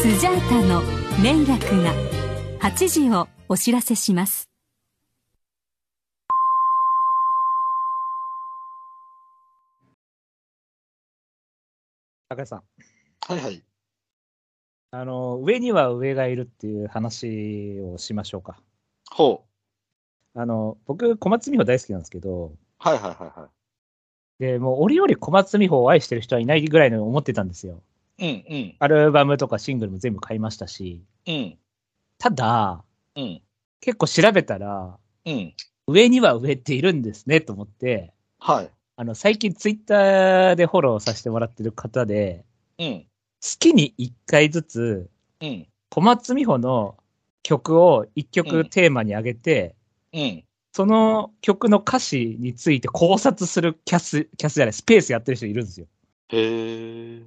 スジャータの連絡が8時をお知らせします赤井さんはいはい。あの上には上がいるっていう話をしましょうかほう。あの僕小松美穂大好きなんですけどはいはいはいはでもう俺より小松美穂を愛してる人はいないぐらいの思ってたんですよい。うんアルバムとかシングルも全部買いましたしうん。うん。ただうん。結構調べたらうん。上には上っているんですねと思ってはい。あの最近ツイッターでフォローさせてもらってる方でうん。月に1回ずつうん。小松美穂の曲を1曲テーマに上げて、うん。その曲の歌詞について考察するキャス、キャスじゃない、スペースやってる人いるんですよ。へえ。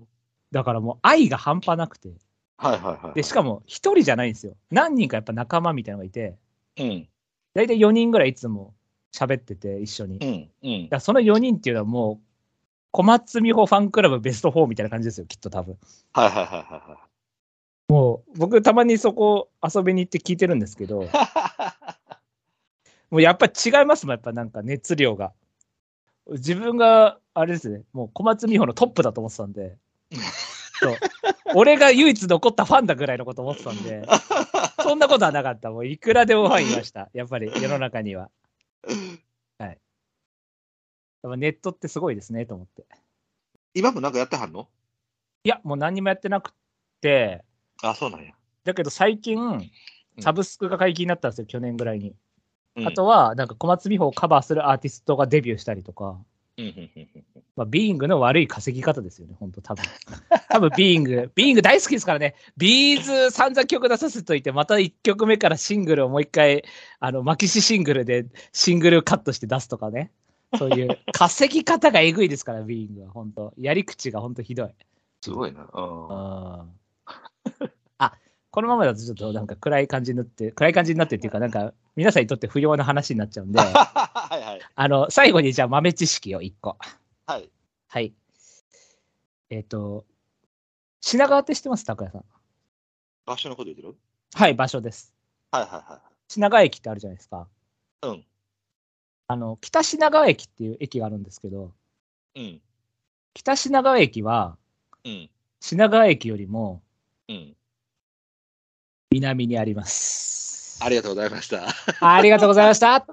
だからもう愛が半端なくて。はいはいはい。で、しかも。も一人じゃないんですよ。何人かやっぱ仲間みたいなのがいて、うん。だいたい4人ぐらいいつも喋ってて一緒に。うだかん。うん。らその4人っていうのはもう、小松美穂ファンクラブベスト4みたいな感じですよ、きっと多分。はいはいはいはいはい。僕たまにそこ遊びに行って聞いてるんですけど、もうやっぱ違いますもん、やっぱなんか熱量が。自分が、あれですね、もう小松美穂のトップだと思ってたんで、そう俺が唯一残ったファンだぐらいのこと思ってたんで、そんなことはなかった。もういくらでもファンいました。やっぱり世の中には。はい。やっぱネットってすごいですね、と思って。 今もなんかやってはんのいや、もう何にもやってなくって、あ、そうなんや。だけど最近、うんサブスクが解禁になったんですよ、去年ぐらいに。うんあと、は、なんか小松美穂をカバーするアーティストがデビューしたりとか、うんうんうんうんまあ、ビーイングの悪い稼ぎ方ですよね、本当多分多分ビーイング、 ビーイング大好きですからね、ビーズ散々曲出させといて、また1曲目からシングルをもう一回、あの、マキシシングルでシングルカットして出すとかね、そういう稼ぎ方がえぐいですから、ビーイングは、本当やり口が本当ひどい。すごいな。うんうんあ、このままだとちょっとなんか暗い感じになって、暗い感じになってっていうか、なんか皆さんにとって不要な話になっちゃうんで、 はいはい。あの、最後にじゃあ豆知識を1個。はい。はい。えっ、と、品川って知ってます高谷さん。場所のこと言ってるはい、場所です。はいはいは品川駅ってあるじゃないですか。いはい。あの、北品川駅っていう駅があるんですけど、うん。うん。北品川駅はうん。品川駅よりもうん。南にあります。ありがとうございました。 ありがとうございました。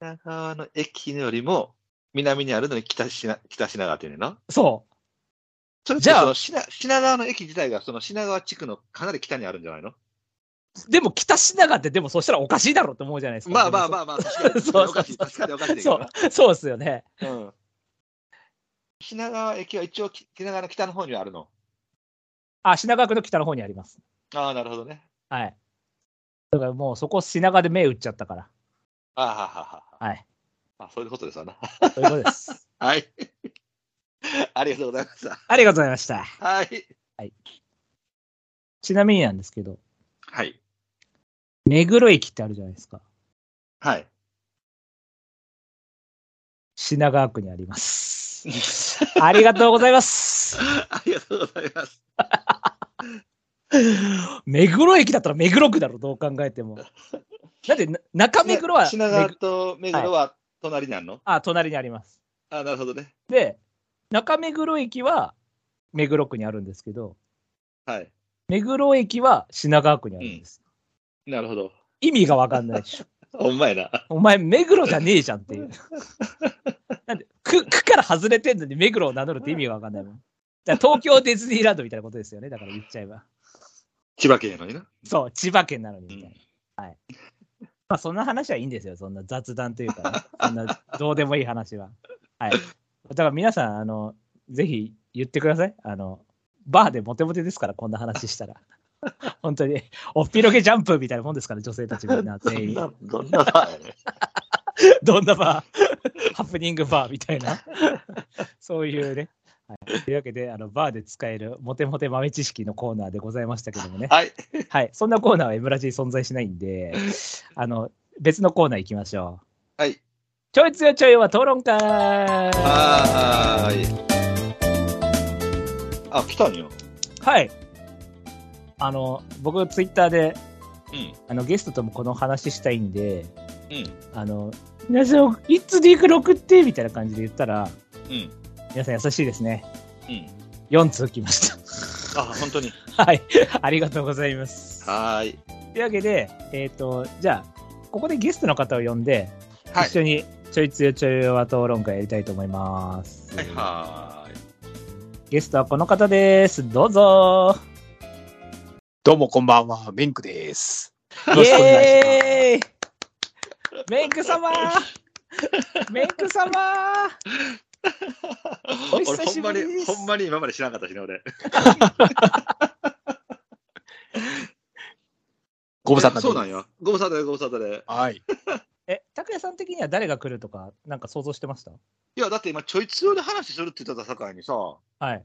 北側の駅よりも、南にあるのに北品北品川っていうねんな。そそれってじゃあその品品川の駅自体がその品川地区のかなり北にあるんじゃないのう。でも北品川ってでもそしたらおかしいだろって思うじゃないですか。まあまああ。まあまあ、確かにそうおかしい、確かにおかしいけそどうな。、そうですよね。うん品川駅は一応き品川の北の方にはあるの。あ、品川区の北の方にあります。ああ、なるほどね。はい。だからもうそこ品川で目打っちゃったから。ああ、ははははい。は。あそういうことですわな。そういうことです。はい。 ありがとうございました。ありがとうございました。はい。ちなみになんですけど、はい。目黒駅ってあるじゃないですか。はい。品川区にあります。 ありがとうございます。ありがとうございます。目黒駅だったら目黒区だろ、どう考えても。だってな、中目黒は、品目川黒と目黒は隣にあるの、あ、隣にあります。ああ、なるほどね。で、中目黒駅は目黒区にあるんですけど、はい。目黒駅は品川区にあるんです。なるほど。意味がわかんないでしょ。ほんまやな。お前、目黒じゃねえじゃんっていう。なんで、区、区から外れてんのに目黒を名乗るって意味がわかんないもん。だから東京ディズニーランドみたいなことですよね。だから言っちゃえば。千葉県やのにな。そう、千葉県なのにみたいな。うはい。まあ、そんな話はいいんですよ。そんな雑談というか、そんなどうでもいい話は。はい。だから皆さん、あの、ぜひ言ってください。あの、バーでモテモテですから、こんな話したら。本当に、おっぴろげジャンプみたいなもんですから、女性たちみんな全員。 どんな場やね。どんなバー、 ハプニングバーみたいな、そういうね。はい、というわけで、あのバーで使えるモテモテ豆知識のコーナーでございましたけどもね、はい。はい、そんなコーナーは M ラジに存在しないんで、あの別のコーナー行きましょう。はい。ちょいつよちょいは討論会ははーい。あ、来たんよ。い。あの、僕、ツイッターで、うん。あの、ゲストともこの話したいんで、うん。あの、皆さん、いつ D から送ってみたいな感じで言ったら、うん。皆さん優しいですね。うん。 4通来ましあ、本当に。た。はい。 ありがとうございます。はーい。というわけで、えっ、と、じゃあ、ここでゲストの方を呼んで、はい一。緒にちょいつよちょいは討論会やりたいと思います。はい。はーい。ゲストはこの方です。どうぞ。どうもこんばんは、メンクです。よろしくお願いしますいします。メイク 様メイク様お 俺久ほしんぶまりにですほんまに今まで知らなかったしね俺ご無沙汰です。そうなんよご無沙汰でご無沙汰で はい。え、拓也さん的には誰が来るとか、なんか想像してましたいやだって今ちょい強で話するって言ってた境にさはい。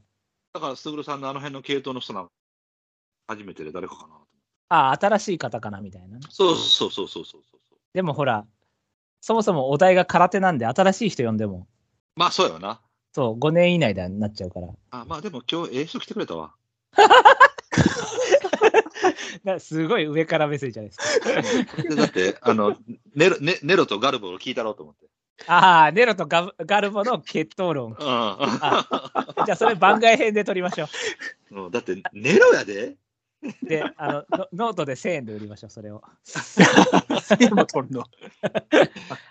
だから卓さんのあの辺の系統の人なの初めてで誰かかなあ、新しい方かなみたいな。そうそうそうそうそうそうでもほら、そもそもお題が空手なんで、新しい人呼んでも、まあそうよなそう、5年以内だになっちゃうから。あまあでも今日ええ人来てくれたわなすごい上から目線じゃないですか。でだってあの ネロ,、ね、ネロとガルボを聞いたろうと思ってああ、ネロとガブガルボの決闘論。じゃあ、それ番外編で撮りましょ うん、うん、だってネロやでう。で、あの、ノノートで1000円で売りましょう、それ を。今撮るの。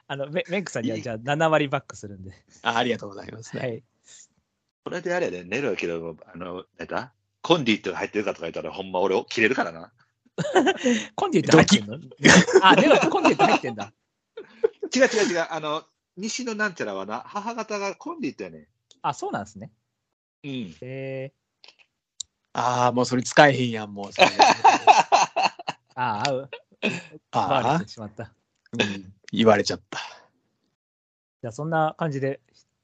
あの、メメンクさんにはいいじゃあ7割バックするんで。あありがとうございます、はね。い。これであれやでネロやけどあのなんだコンディって入ってるかとか言ったらほんま俺を切れるからなコンディって入ってんのあ、ネロとコンディって入ってんだ。違う違う違う、あの、西のなんちゃらはな、母方がコンディってやねあ、そうなんですね。ん。うん。えああ、もうそれ使えへんやん、も う。それー、ああ、合う。バーレああて、しまった。じうん言われちゃった。ゃあ、そんな感じで、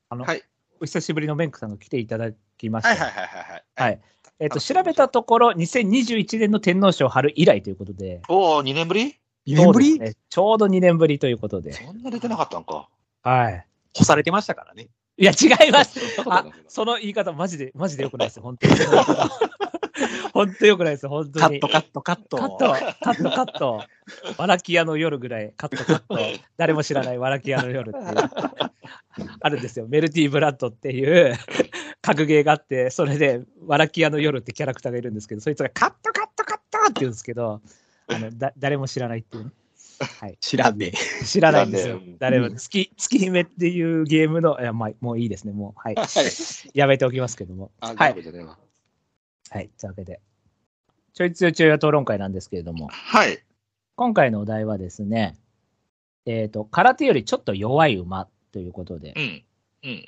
あの、はいお久しぶりのメンクさんが来ていただきました。はいはいはいはい。はいい、えっ、と、調べたところ、2021年の天皇賞春以来ということで、おお、2年ぶり2年ぶそり、うですねちょうど2年ぶりということで。そんな出てなかったんか。はい。干されてましたからね。いや、違い ます。そんなあことない、その言い方、マジで、マジでよくないです。本当に。 本当によくないです。本カ当ッに。ト、カット、カット。カット、カット、カット。わらき屋の夜ぐらい、カット、カット。誰も知らないわらき屋の夜っていう。あるんですよ。メルティー・ブラッドっていう格ゲーがあって、それで、わらき屋の夜ってキャラクターがいるんですけど、そいつがカット、カット、カットって言うんですけど、あのだ誰も知らないっていうね。はい、知らんね知らないんですよなんで。誰もうん月月姫っていうゲームの、いやまあ、もういいですね、もう、 はい、やめておきますけども。あ、はガーいブ、じゃねえわ。はい、というわけで、ちょいつよちょいは討論会なんですけれども、はい。今回のお題はですね、えっ、と、空手よりちょっと弱い馬ということでう、ん。うんうん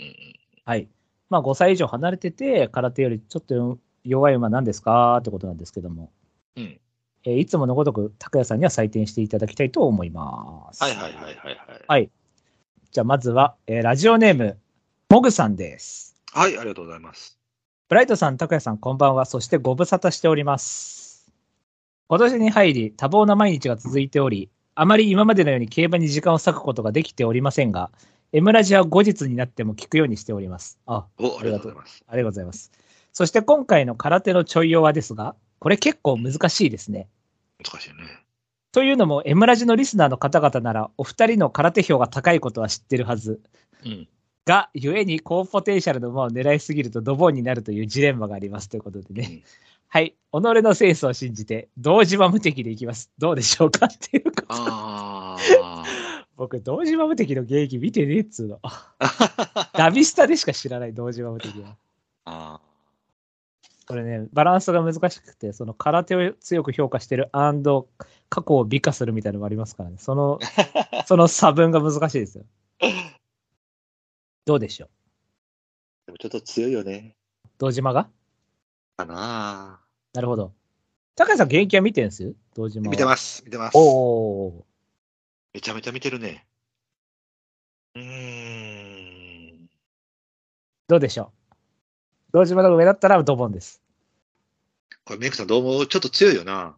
はい。まあ、5歳以上離れてて、空手よりちょっと弱い馬なんですかってことなんですけども、うん。うん。えーいつものごとく、拓也さんには採点していただきたいと思います。はいはいはいはいはい。はいじゃあ、まずは、えーラジオネーム、モグさんです。はい、ありがとうございます。ブライトさん、拓也さん、こんばんは。そしてご無沙汰しております。今年に入り、多忙な毎日が続いており、あまり今までのように競馬に時間を割くことができておりませんが、M ラジは後日になっても聞くようにしております。あ、お、ありがとうございます。ありがとうございます。そして今回の空手のちょい弱ですが、これ結構難しいですね。難しいね。というのも、M ラジのリスナーの方々なら、お二人の空手票が高いことは知ってるはず。うん。が、故に高ポテンシャルの馬を狙いすぎるとドボンになるというジレンマがありますということでね。はい。己のセンスを信じて、堂島無敵でいきます。どうでしょうかっていうか、 あ僕、堂島無敵の現役見てねえっつ うの。あ。ダビスタでしか知らない、堂島無敵は。 あこれね、バランスが難しくて、その空手を強く評価してる過去を美化するみたいなのもありますからね。そ の、その差分が難しいですよ。どうでしょうでもちょっと強いよね。堂島がかななるほど。高橋さん、現役は見てるんです堂島は。見てます。見てます。おー。めちゃめちゃ見てるね。うーん。どうでしょう堂島の上だったらドボンです。これ、メイクさんどうも、ちょっと強いよな。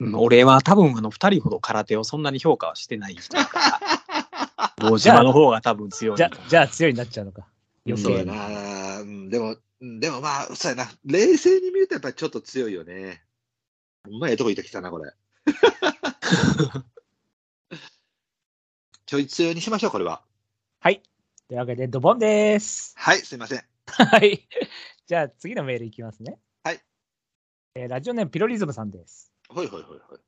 うん俺は多分あの2人ほど空手をそんなに評価はしてない人だか ら堂島の方が多分強い。じゃ、じゃあ強いになっちゃうのか。余そう計やに。な。うんでも、うんでもまあ、そうやな。冷静に見るとやっぱりちょっと強いよね。ほんまええとこいたきたな、こ れ。ちょい強いにしましょう、これは。はい。というわけで、ドボン です。はい、すいません。はい。じゃあ次のメールいきますね。はい。えーラジオネームピロリズムさんです。ほいほいほいほい。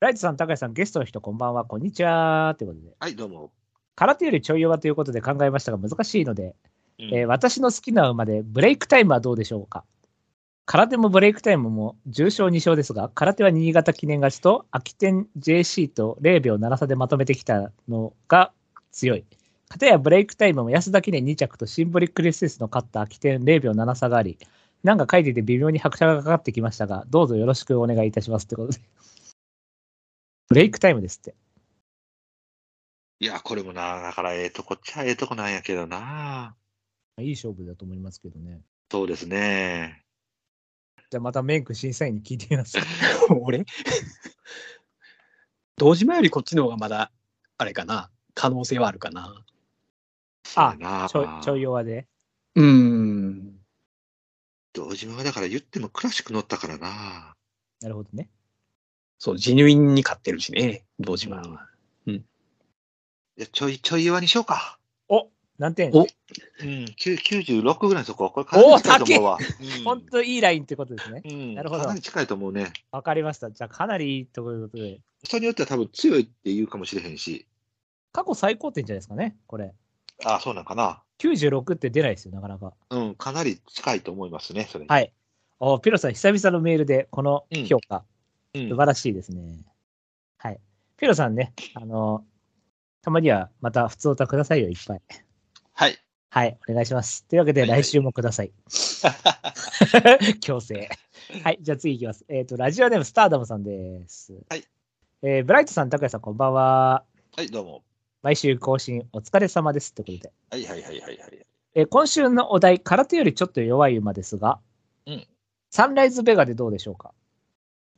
ライトさん、高橋さん、ゲストの人、こんばんは、こんにちは。ということで、はい、どうも。空手よりちょい弱ということで考えましたが、難しいので、うんえー私の好きな馬でブレイクタイムはどうでしょうか空手もブレイクタイムも重勝2勝ですが、空手は新潟記念勝ちと秋天 JC と0秒7差でまとめてきたのが強い。片やブレイクタイムも安田記念2着とシンボリックレステスの勝った秋天0秒7差があり、なんか書いてて微妙に拍車がかかってきましたが、どうぞよろしくお願いいたしますってことで。ブレイクタイムですって。いや、これもな、だからええとこっちゃええとこなんやけどな。いい勝負だと思いますけどね。そうですね。じゃあまたメイク審査員に聞いてみます。 俺 堂島よりこっちの方がまだ、あれかな。可能性はあるかな。あそうやちょないちょい弱で。うーん。堂島はだから言ってもクラシック乗ったからな。なるほどね。そう、ジヌインに勝ってるしね、堂島は。いや、ちょいちょい弱にしようか。お何点おうん、きゅ96ぐらいのそこ。これかおなーり近いと思う わ。うん本当いいラインってことですね。うん、なるほどかなり近いと思うね。わかりました。じゃあかなりいいということで、人によっては多分強いって言うかもしれへんし。過去最高点じゃないですかね、これ。ああ、そうなんかな。 96って出ないですよ、なかなか。うん、かなり近いと思いますね、それ。はい。おピロさん、久々のメールで、この評価、い。うん素、晴らしいですね。はい。ピロさんね、あの、たまにはまた普通歌くださいよ、いっぱい。はい。はい、お願いします。というわけで、はいはい来週もくださ い。強制。はい、じゃあ次いきます。えっ、と、ラジオネーム、スターダムさんです。はい。えーブライトさん、高谷さん、こんばんは。はい、どうも。毎週更新お疲れ様ですってことで。はいはいはいはいはい。えー今週のお題、空手よりちょっと弱い馬ですが、うんサンライズベガでどうでしょうか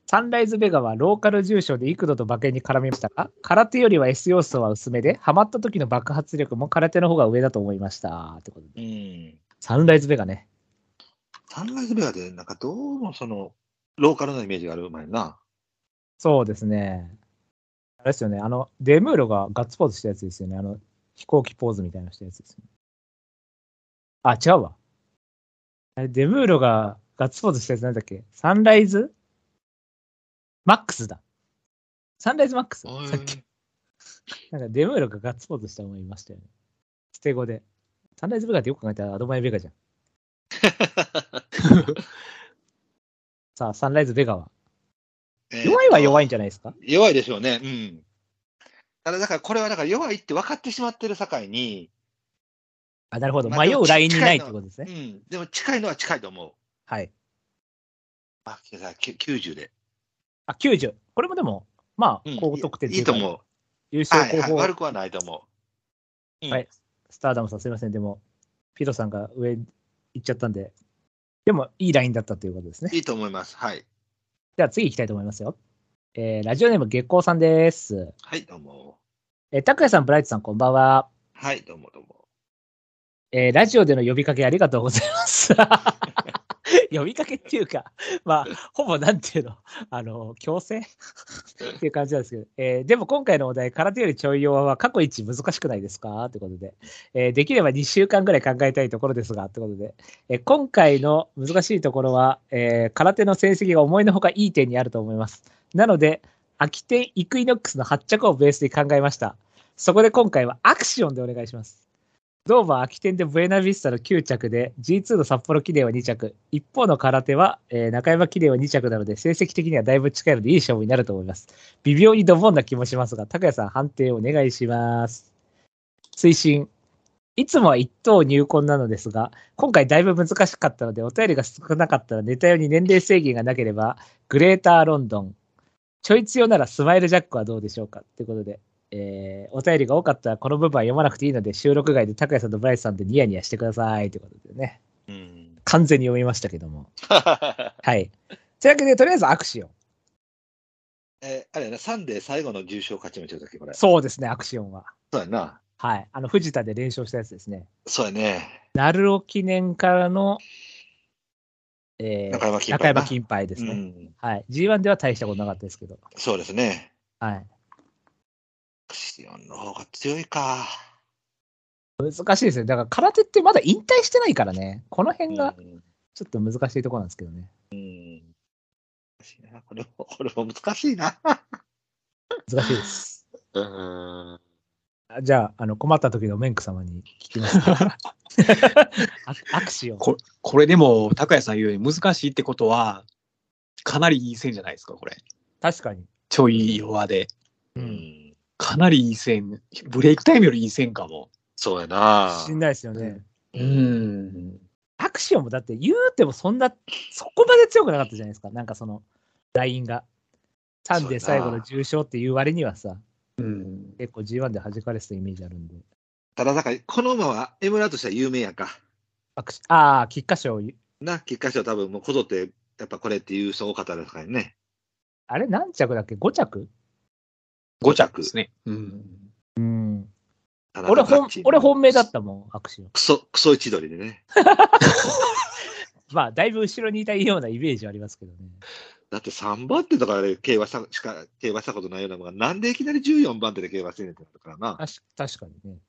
サンライズベガはローカル重賞で幾度と馬券に絡みましたが、空手よりは S 要素は薄めで、ハマった時の爆発力も空手の方が上だと思いました。ってことで。うん。サンライズベガね。サンライズベアで、なんかどうもその、ローカルなイメージがあるまいな。そうですね。あれですよね。あの、デムーロがガッツポーズしたやつですよね。あの、飛行機ポーズみたいなのしたやつですよね。あ、違うわ。あれ、デムーロがガッツポーズしたやつなんだっけサンライズマックスだ。サンライズマックスさっき。なんかデムーロがガッツポーズした思いましたよね。捨て子で。サンライズベガってよく考えたらアドマイベガじゃん。さあ、サンライズベガは。弱いは弱いんじゃないですかい。弱いでしょうね。うん。ただだからこれはだから弱いって分かってしまってる境に、あ、なるほど。まあで迷もうラインにないって近いのことですうね。ん。でも近いのは近いと思う。はい。あ、き90で。あ、90。これもでも、まあうん、高得点いいいいと思う。優勝はい、候はい、補、悪くはないと思う。うんはいスターダムさん、すいません。でも、ピロさんが上行っちゃったんで、でも、いいラインだったということですね。いいと思います。はい。では、次行きたいと思いますよ。えー、ラジオネーム月光さんです。はい、どうも。えー、拓也さん、ブライトさん、こんばんは。はい、どうもどうも。えー、ラジオでの呼びかけありがとうございます。呼びかけっていうか、まあ、ほぼなんていうの、あの、強制っていう感じなんですけど、えーでも今回のお題、空手よりちょい弱は過去一難しくないですかということで、えーできれば2週間ぐらい考えたいところですが、ということで、えー今回の難しいところは、えー空手の成績が思いのほかいい点にあると思います。なので、秋天イクイノックスの発着をベースに考えました。そこで今回はアクションでお願いします。ドーマは空き店でブエナビスタの9着で、G2 の札幌記念は2着、一方の空手は、えー中山記念は2着なので、成績的にはだいぶ近いので、いい勝負になると思います。微妙にドボンな気もしますが、高谷さん、判定をお願いします。推進。いつもは1等入魂なのですが、今回だいぶ難しかったので、お便りが少なかったらネタ用に年齢制限がなければ、グレーターロンドン。ちょい強ならスマイルジャックはどうでしょうかということで、えーお便りが多かったらこの部分は読まなくていいので収録外で拓也さんとブライスさんでニヤニヤしてくださいということでねうん。完全に読みましたけどもはいというわけでとりあえず握手を えーあれやな、サンデー最後の重賞勝ち抜いてるだけ、これ。そうですね、アクシオンは。そうやな。はい。あの、藤田で連勝したやつですね。そうやね。鳴尾記念からの、えー中山金中杯な山金杯ですね。うん。はい。G1 では大したことなかったですけど。そうですね。はい。アクシオンの方が強いか。難しいですよ。だから空手ってまだ引退してないからね。この辺がうんちょっと難しいところなんですけどね。難しいな。これも、これも難しいな。難しいです。うん。あじゃあ、あの困った時のメンク様に聞きます。 あアクシオン。ここれでも、高谷さん言うように難しいってことは、かなりいい線じゃないですか、これ。確かに。ちょい弱で。う。うんん。かなりいい線。ブレイクタイムよりいい線かも。そうやなし。んないですよね。うんうん。アクシオンもだって言うてもそんな、そこまで強くなかったじゃないですか。なんかその、ラインが。サンデー最後の重賞っていう割にはさ、うん。結構 G1 で弾かれてたイメージあるんで。ただ、だから、この馬は M ラとしては有名やんか。アクシああ、菊花賞、な、菊花賞多分もうこぞって、やっぱこれっていう人多かったですからね。あれ何着だっけ ?5 着5着ですね。うん。うん。田中俺本勝ち、俺本命だったもん、アクシオン。クソ、クソ一鳥でね。まあ、だいぶ後ろにいたようなイメージはありますけどね。だって3番手とかで競馬したしか競馬したことないようなもんが、なんでいきなり14番手で競馬してんねんってなったからな。確確かにね。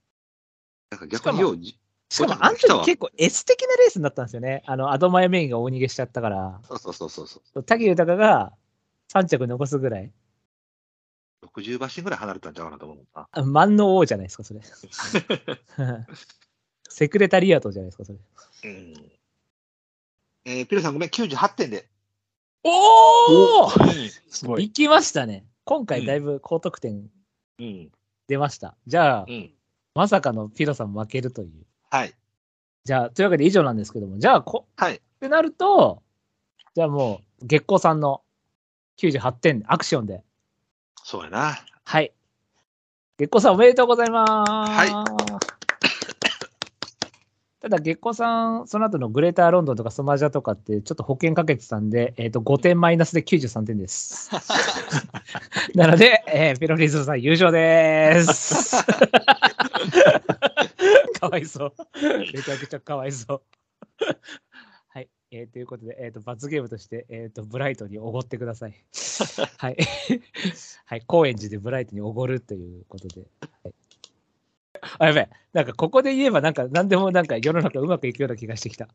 なんか逆にようじ、しかもこ、れあの時来たわ結構 S 的なレースになったんですよね。あの、アドマイメインが大逃げしちゃったから、そうそうそうそうそ滝豊が3着残すぐらい、う、60馬身ぐらい離れたんちゃうかなと思うもん な。あ万能王じゃないですか、それ。 セクレタリアートじゃないですか、それ。うんえーピロさんごめん、98点で。おおすごい。行きましたね。今回だいぶ高得点うん。うん。出ました。じゃあう、ん。まさかのピロさん負けるという。はい。じゃあ、というわけで以上なんですけども、じゃあこ、はい。ってなると、じゃあもう、月光さんの98点、アクションで。そうや な。はい。月光さんおめでとうございます。はただ月光さん、その後のグレーターロンドンとかスマジャとかってちょっと保険かけてたんで、えっ、と、5点マイナスで93点です。なので、えーピロリズムさん優勝です。かわいそう。めちゃくちゃかわいそう。はい。えーということで、えっ、と、罰ゲームとして、えっ、と、ブライトにおごってください。はい。 はい。高円寺でブライトにおごるということで。はい、あ、やべえ。なんか、ここで言えば、なんか、なんでもなんか、世の中うまくいくような気がしてきた。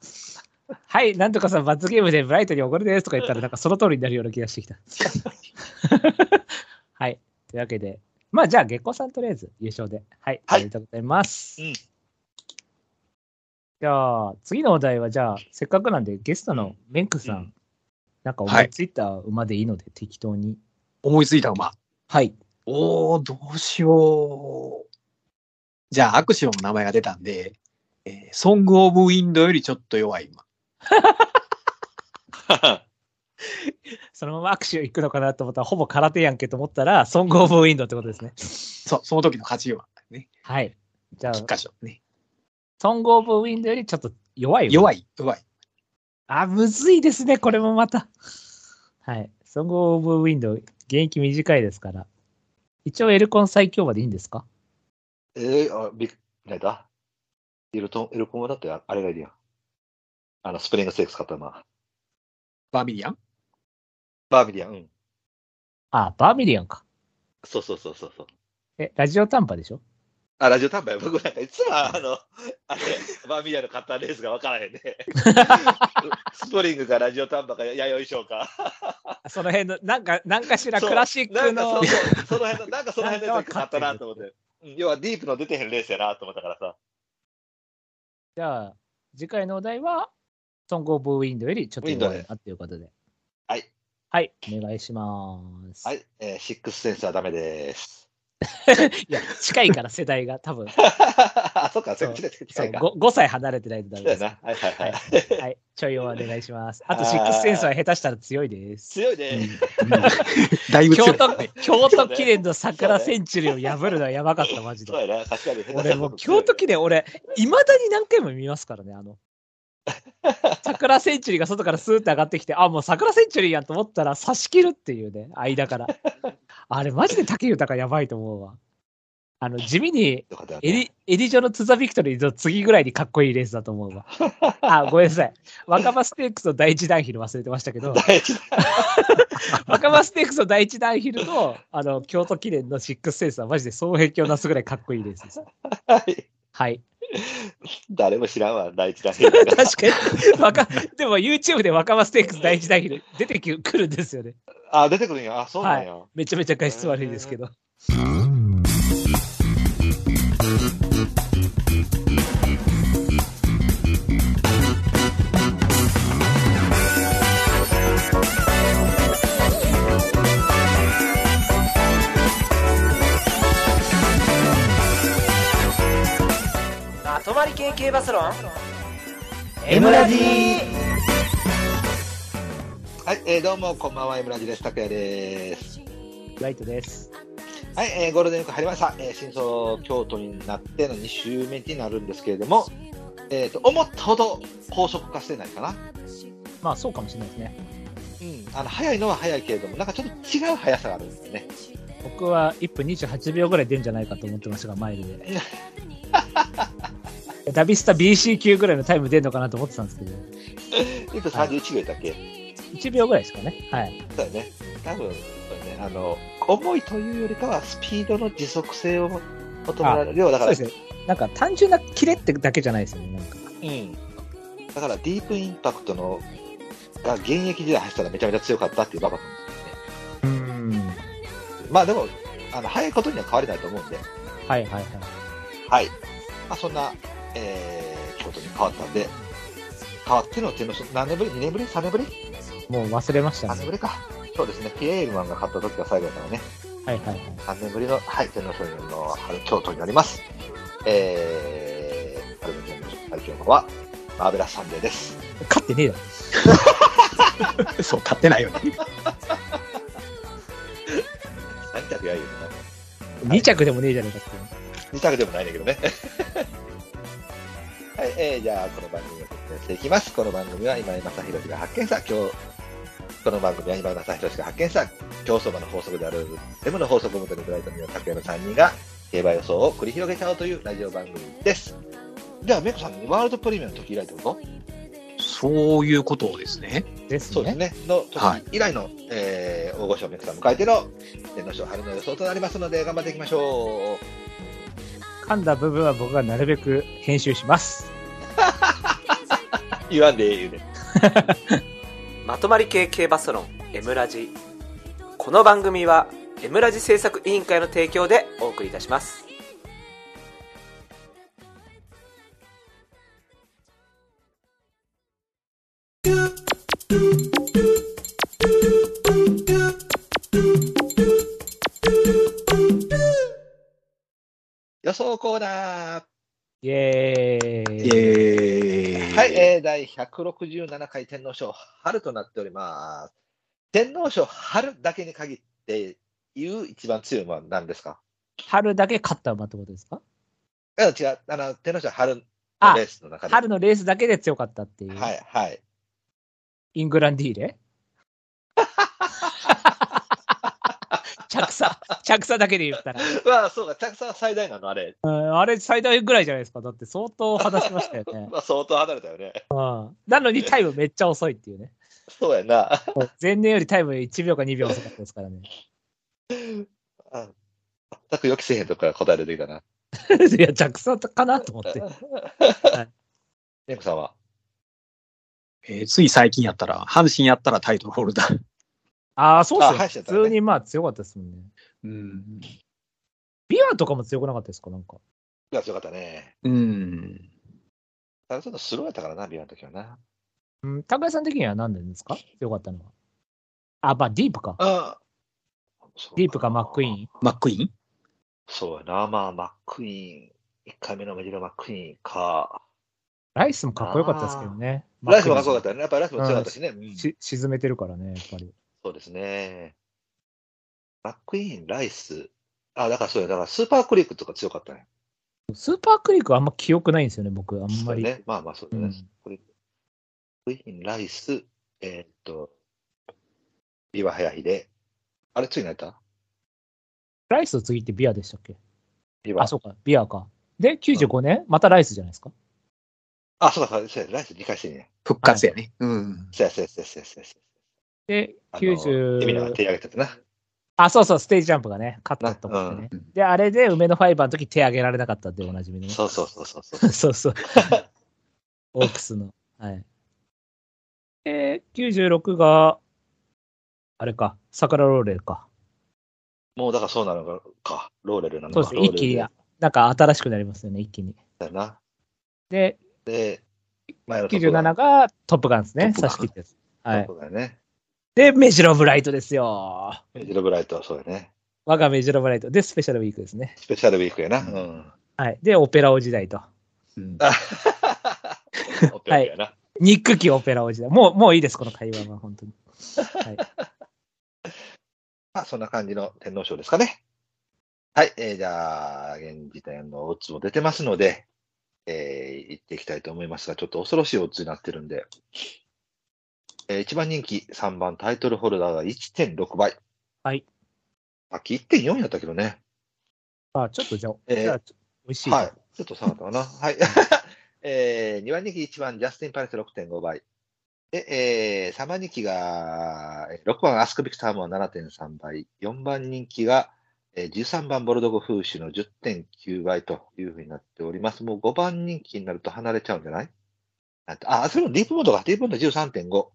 はい。なんとかさん、罰ゲームでブライトにおごるですとか言ったら、なんか、その通りになるような気がしてきた。 はい。というわけで、まあ、じゃあ、月光さんとりあえず優勝で。はい。はいありがとうございます。うんじゃあ、次のお題は、じゃあ、せっかくなんで、ゲストのメンクさん、うんなんか思いついた馬でいいので、適当に。思いついた馬。はい。おー、どうしよう。じゃあ、アクションの名前が出たんで、えーソング・オブ・ウィンドよりちょっと弱い馬。そのまま握手行くのかなと思ったら、ほぼ空手やんけと思ったら、ソング・オブ・ウィンドウってことですね。そう、その時の勝ち馬。ね。はい。じゃあ、菊花賞ね。ソング・オブ・ウィンドウよりちょっと弱いわ弱い、弱い。あ、むずいですね、これもまた。はい。ソング・オブ・ウィンドウ、現役短いですから。一応、エルコン最強馬でいいんですかえー、あ、びっ、なんだエルトン、エルコンはだってああれがいるやん。あの、スプリングステークス買ったな。バーミリアンバーミリアン。うん。あ、バーミリアンか。そうそうそうそうそう。え、ラジオ短波でしょあ、ラジオ短波や。僕なんかいつもあの、あれ、バーミリアンの買ったレースが分から へんね。スプリングかラジオ短波か弥生賞か。その辺の、なんか、なんかしらそうクラシックのなんか。そうそうその辺の、なんかその辺のやつが勝ったなと思って。うん要はディープの出てへんレースやなと思ったからさ。じゃあ、次回のお題は、ソング・オブ・ウィンドウよりちょっと弱ウィンいドなということで。はい。はい、お願いします。は。い、えー、シックスセンスはダメです。いや、近いから世代が多分、あ、そっか、そそうっちで近そいうか。 5, 5歳離れてないとダそメでうやす。な。はいはいはい。はい、ちょいお願いします。あと、あーシックスセンスは下手したら強いです。強いね。だいぶ強京い。都京都記念のそう桜ねセンチュリーを破るのはやばかった、マジそうで。やな、確かに。俺、もう京都記念、俺、いまだに何回も見ますからね、あの、桜センチュリーが外からスーッて上がってきて、あ、もう桜センチュリーやんと思ったら差し切るっていうね、間から。あれ、マジで竹豊やばいと思うわ。あの、地味によかったよかったエディ、エディジョのトゥザビクトリーの次ぐらいにかっこいいレースだと思うわ。 あ、ごめんなさい。若葉ステークスの第一段ヒル忘れてましたけど、 大事だ若葉ステークスの第一段ヒルと、あの、京都記念のシックスセンスはマジで双璧をなすぐらいかっこいいレースです。はいはい。誰も知らんわ、第一弾。確かに。若、でも YouTube で若葉ステークス第一段ヒル出てきくるんですよね。あ、出てくるんや。あ、そうなんや。めちゃめちゃ画質悪いですけど。まとまり系系バスロン M ラジはい、えーどうも、こんばんは、エムラジです。拓也です。ライトです。はい、えーゴールデンウィーク入りました。えー、新装京都になっての2週目になるんですけれども、えっ、と、思ったほど高速化してないかな。まあそうかもしれないですね。うん、あの、早いのは早いけれども、なんかちょっと違う速さがあるんですよね。僕は1分28秒ぐらい出るんじゃないかと思ってましたが、マイルで。 ダビスタ BC 級ぐらいのタイム出るのかなと思ってたんですけど、えっと、31秒だっけ、 1秒ぐらいですかね。はい。そうだね。多分、そうだね、あの、重いというよりかは、スピードの持続性を求められるようだそかうら、ですね。なんか単純なキレってだけじゃないですよね、なんか。うん、だからディープインパクトのが現役時代走ったらめちゃめちゃ強かったっていうバカなんうですん。よね。まあでも、あの速いことには変わりないと思うんで、はいはいはい。はい。まあそんな、えー、京都に変わったんで、変わってのっていうのは何年ぶり ?2 年ぶり ?3 年ぶりもう忘れました ?3 年ぶね。りか。そうですね、ピエールマンが勝った時が最後だからね、はいはいはい。 3年ぶりの、はい、天皇賞の春京都になります。えー、春の天皇賞最強馬は、マーベラスサンデーです。勝ってねえだろ。そう、立ってないよね。何着やいいよ、 2着でもねえじゃねえかって。自宅でもないんだけどね。 はい、えー、じゃあ、この番組を説明していきます。この番組は今井正弘氏が発見した、今日、この番組は今井正弘氏が発見した、競走馬の法則である M の法則をもとにブライトミの拓也の3人が、競馬予想を繰り広げちゃおうというラジオ番組です。では、メコさん、ワールドプレミアの時以来ってことそういうことですね。ですそうですね。ね。の時はい以来の、えー大御所メコさんを迎えての、天皇賞春の予想となりますので、頑張っていきましょう。噛んだ部分は僕がなるべく編集します。言わんでええ言うね。まとまり系系バスロン M ラジこの番組は M ラジ制作委員会の提供でお送りいたします予想コーナー。イエーイ。えー、はい、えー、第167回天皇賞春となっております。天皇賞春だけに限って言う一番強い馬は何ですか春だけ勝った馬ってことですかいや違う、あの天皇賞春のあレースの中で。春のレースだけで強かったっていう。はい、はい。イングランディー レ着差、着差だけで言ったら。まあ、そうか、たくさん最大なの、あれ。うんあれ最大ぐらいじゃないですか。だって相当話しましたよ ね。まあ、相当離れたよね。うんなのにタイムめっちゃ遅いっていうね。そうやな。 前年よりタイム1秒か2秒遅かったですからね。あ全く予期せえへんとこから答え出てきたな。いや、着差かなと思って。レンコさんはえーつい最近やったら、阪神やったらタイトルホルダー。ああ、そうあで敗す者よ。だね普通にまあ強かったですもんね。うん。ビアとかも強くなかったですかなんか。いや強かったね。うん。ただちょっとスローやったからな、ビアの時はな。うん、高井さん的には何でですか強かったのは。あ、まあディープか。あそうディープかマックイーン。マックイーンそうやな、まあ、マックイーン、1回目の目白マックイーンか、ライスもかっこよかったですけどね。ライフもかっこよかっったね、やっぱりライフも強かったしね、うんし沈めてるからね、やっぱり。そうですね。マックイーン、ライス、あ、だからそうや、だからスーパークリークとか強かったね。スーパークリークはあんま記憶ないんですよね、僕、あんまり。そうね、まあまあそうだね、うんスーパークリーククイーン、ライス、えーっと、岩早秀。あれ、ついになったライスの次ってビアでしたっけ岩。あ、そうか、ビアか。で、95年、またライスじゃないですか。あ、そうだ、そうだそうだ、ライス理解してね。復活やね。うん。そうや、そうや、そうや、そうやそうや。で、あのエミナが90、手挙げてたな。あ、そうそう、ステージジャンプがね、勝ったと思ってね。うんで、あれで梅のファイバーの時手挙げられなかったっておなじみのね。そうそうそうそうそう。そうそう。オークスの。はい。で、96が、あれか、桜ローレルか。もうだからそうなのか、ローレルなのそか。うですね、一気に、なんか新しくなりますよね、一気に。だな。で、で、前のところ97がトップガンですね、トップガ差ンし切ったやつ。ははいい。。そうだね。で、メジロブライトですよ。ジロブライトはそうだね。我がメジロブライト。で、スペシャルウィークですね。スペシャルウィークやな。うん。はい。で、オペラ王時代と。うんあオッペラやな。ニックキオペラ王時代。もう、もういいです、この会話は、本当に。はい。まあ、そんな感じの天皇賞ですかね。はい。えーじゃあ、現時点のオッズも出てますので、えー行っていきたいと思いますが、ちょっと恐ろしいオッズになってるんで、え1番人気、3番タイトルホルダーが1.6倍。はい。さっき1.4やったけどね。あ、ちょっとじゃあ、えーじゃあ、美味しい。はい。ちょっと下がった かな。はい。えー、2番人気1番、ジャスティン・パレス6.5倍。で、えー、3番人気が、えー6番、アスク・ビクターモン7.3倍。4番人気が、えー、13番、ボルドゴ・フーシュの10.9倍というふうになっております。もう5番人気になると離れちゃうんじゃないなんてあ、それもディープモードが、ディープモード13.5。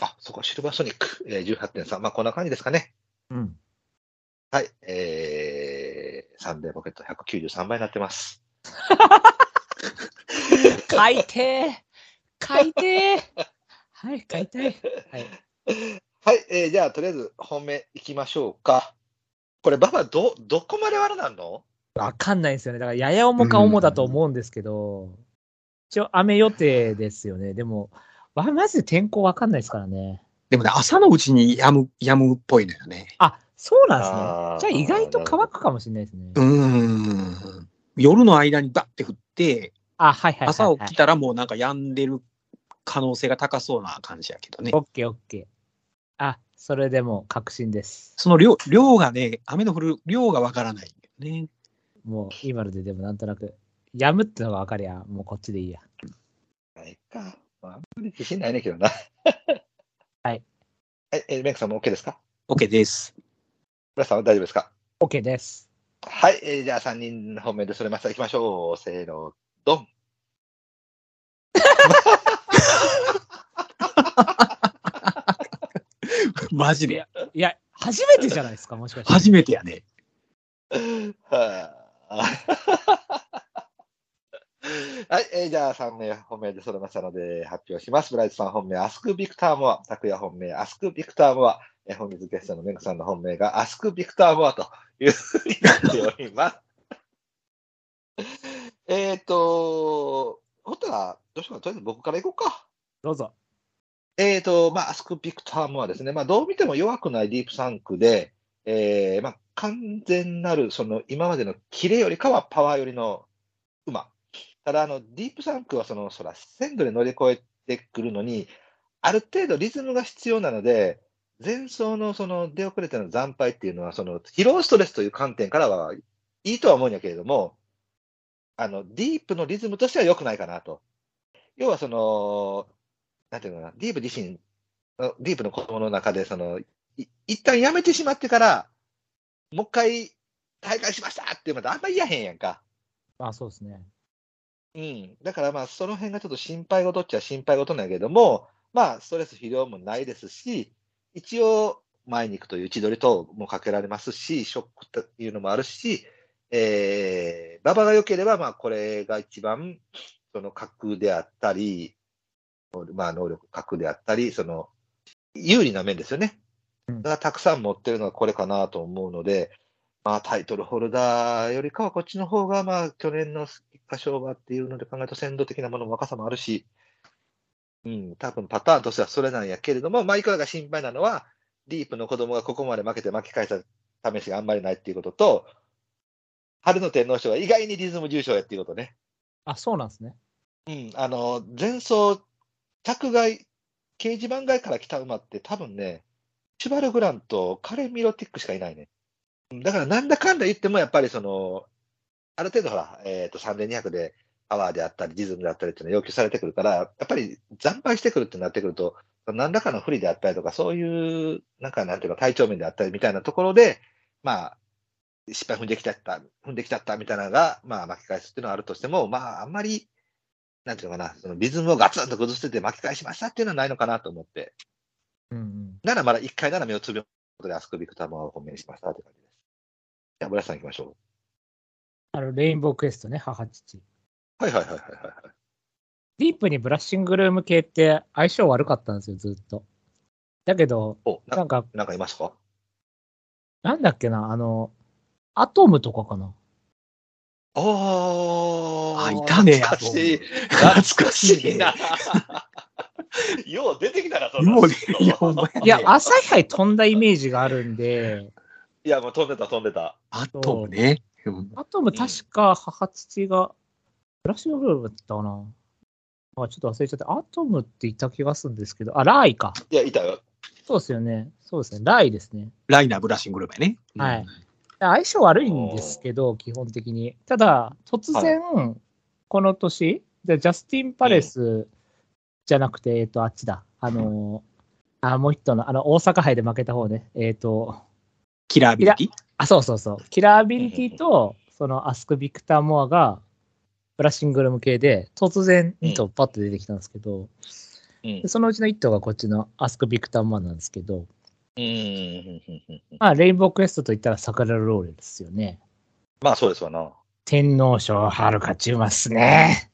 あ、そこはシルバーソニック、えー、18.3。まあ、こんな感じですかね。うん。はい。えー、サンデーポケット193倍になってます。買いてー買いてーはい、買いたい。はい。はい、えーじゃあ、とりあえず本命いきましょうか。これ、ババ、ど、どこまでわらなんのわかんないですよね。だから、やや重か重だと思うんですけど、一応、雨予定ですよね。でも、わマジで天候わかんないですからね。でもね、朝のうちにやむ、やむっぽいのよね。あ、そうなんあーですね。じゃあ、意外と乾くかもしれないですね。うーん。夜の間にバッて降って、あ、はいはいはい、はい。朝起きたらもうなんか止んでる可能性が高そうな感じやけどねオ。ッケーオッケー。あ、それでもう確信です。その量、量がね、雨の降る量がわからないんだよね。もう今のででもなんとなく、やむってのが分かりゃ、もうこっちでいいや。ないか。まあ、あんまり自信ないねんけどな。はい。はい、えーメイクさんも OK ですか OK です。皆さんは大丈夫ですか OK です。はい、えーじゃあ3人本命でそれました。いきましょう。せーの、ドン。マジで。いや、初めてじゃないですか、もしかして。初めてやね。 はい、えーじゃあ3名本命で揃いましたので発表します。ブライトさん本命、アスク・ビクター・モア、拓也本命、アスク・ビクター・モア、えー本日ゲストのメグさんの本命がアスク・ビクター・モアというふうになっております。 えっと、ほったら、どうしようか、とりあえず僕からいこうか。どうぞ。えーと、まあ、アスク・ビクターもはですね、まあ、どう見ても弱くないディープサンクで、えーまあ、完全なる、その、今までのキレよりかはパワーよりの馬。ただ、あの、ディープサンクは、その、そら、鮮度で乗り越えてくるのに、ある程度リズムが必要なので、前走の、その、出遅れての惨敗っていうのは、その、疲労ストレスという観点からは、いいとは思うんやけれども、あの、ディープのリズムとしては良くないかなと。要は、その、なんていうのかな、ディープ自身、あディープの子供の中で、その、い一旦やめてしまってから、もう一回、大会しましたって、またあんまり言えへんやんか。あ、そうですね。うん。だからまあ、その辺がちょっと心配事っちゃ心配事なんやけども、まあ、ストレス疲労もないですし、一応、前に行くという位置取り等もかけられますし、ショックというのもあるし、えー、馬場が良ければ、まあ、これが一番、その格であったり、まあ、能力格であったり、その、有利な面ですよね。うんがたくさん持ってるのがこれかなと思うので、まあ、タイトルホルダーよりかはこっちの方が、まあ、去年の一箇所馬っていうので考えると鮮度的なものも若さもあるし、うん、多分パターンとしてはそれなんやけれども、まあ、いくらが心配なのは、ディープの子供がここまで負けて巻き返した試しがあんまりないっていうことと、春の天皇賞は意外にリズム重賞やっていうことね。あ、そうなんですね。うん、あの、前走宅外、掲示板外から来た馬って多分ね、シュバルグランとカレン・ミロティックしかいないね。うんだからなんだかんだ言ってもやっぱりその、ある程度ほら、えっ、と3200でパワーであったりリズムであったりっていうのは要求されてくるから、やっぱり惨敗してくるってなってくると、何らかの不利であったりとか、そういう、なんかなんていうの、体調面であったりみたいなところで、まあ、失敗踏んできちゃった、踏んできちゃったみたいなのが、まあ巻き返すっていうのはあるとしても、まああんまり、なんていうのかな、そのリズムをガツンと崩してて巻き返しましたっていうのはないのかなと思って、うんうん。ならまだ1回なら目をつぶることで、あそこビクターモアを本命にしましたって感じです。じゃあ、村さん行きましょあの、レインボークエストね、母父。う。はいはいはいはいはいはい。ディープにブラッシングルーム系って相性悪かったんですよ、ずっと。だけど、お、ななんか、なんかいますかなんだっけな、あの、アトムとかかな。おー。あいたね懐かしい。懐かしいな。。よう出てきたな、そんなもうね、いや、ほんまや、いや、朝日杯飛んだイメージがあるんで、いや、もう飛んでた飛んでた。あともね、うんアトム確か母父が、ブラッシングルームだったかな。あ、ちょっと忘れちゃった。アトムっていた気がするんですけど、あ、ライか。いや、いたよ。そうですよね。そうですね。ライですね。ライナーブラッシングルームやね。うんはい。相性悪いんですけど、基本的に。ただ、突然、この年、じゃあジャスティン・パレスじゃなくて、えっと、あっちだ。あのー、あ、もう一頭の、あの、大阪杯で負けた方ね。えっと、キラービリティあ、そうそうそう。キラーアビリティと、そのアスク・ビクター・モアが、ブラッシングルーム系で、突然2頭パッと出てきたんですけど、うんで。そのうちの1頭がこっちのアスク・ビクター・モアなんですけど、うん。まあ、レインボークエストといったらサクラローレですよね。まあ、そうですわな。天皇賞はるか中馬っすね。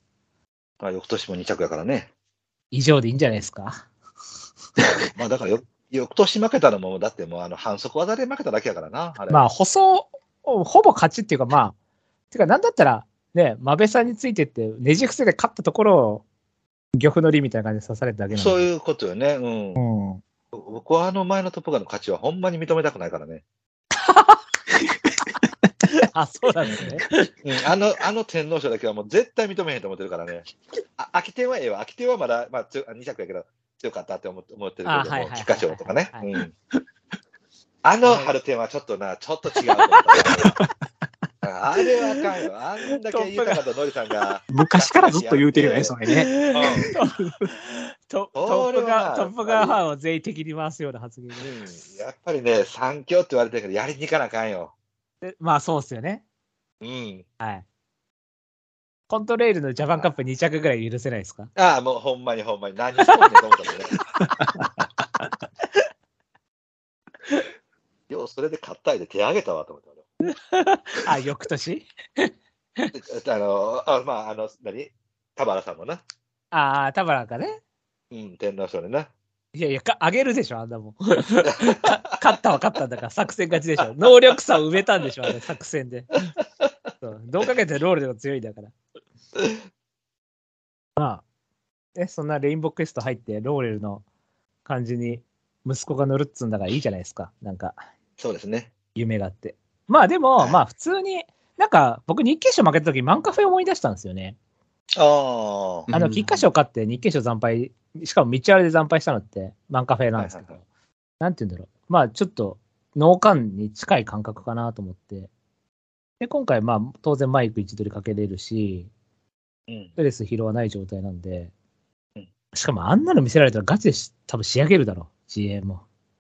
まあ、翌年も2着やからね。以上でいいんじゃないですか。まあ、だからよ、翌年負けたのも、だってもう、あの、反則技で負けただけやからな、あれ。まあ、細、ほぼ勝ちっていうか、まあ、てか、なんだったら、ね、馬部さんについてって、ねじ伏せで勝ったところを、漁夫の利みたいな感じで刺されただけなんで。そうう。いうことよね。うん。うん。僕はあの前のトップガンの勝ちはほんまに認めたくないからね。 あ、そうなんですね。うん、あの、 あの天皇賞だけはもう絶対認めへんと思ってるからね。あ、秋天はええわ。秋天はまだ、まあ、つ2着やけど、強かったって思って思ってるけあどはいはいはいも、はい菊花賞とかね。はいうん。あの春天はちょっとな、ちょっと違うと思 った。あれはあかんよ。あんだけ豊かとノリさ んが。昔からずっと言うてるよね、それね。うんトトップガントップガンファンを全員的に回すような発言うんやっぱりね、三強って言われてるけど、やりに行かなあかんよ。まあ、そうっすよね。うん。コントレールのジャパンカップ2着ぐらい許せないですかああ、もうほんまにほんまに、何してんねんと思ったもんね。 よう、それで買ったいで手あげたわと思ってあ、翌年俺。あの、あまあ、あの、何田原さんもな。ああ、田原かね。うん、天皇賞でな。いやいや、かあげるでしょ、あんなもん。か勝ったは勝ったんだから、作戦勝ちでしょ。能力差を埋めたんでしょ、あれ、作戦で。そうどうかけてロールでも強いんだから。まあ、え、そんなレインボークエスト入って、ローレルの感じに息子が乗るっつうんだからいいじゃないですか。なんか、そうですね。夢があって。まあでも、まあ普通に、なんか僕日経賞負けた時、マンカフェ思い出したんですよね。ああ。あの、うん菊花賞勝って日経賞惨敗、しかも道あれで惨敗したのって、マンカフェなんですけはいどは、なんて言うんだろう。まあ、ちょっと、脳幹に近い感覚かなと思って。で、今回、まあ、当然マイク位置取りかけれるし、うんス。トレス疲労はない状態なんでうん、しかもあんなの見せられたらガチでし多分仕上げるだろう、GA も。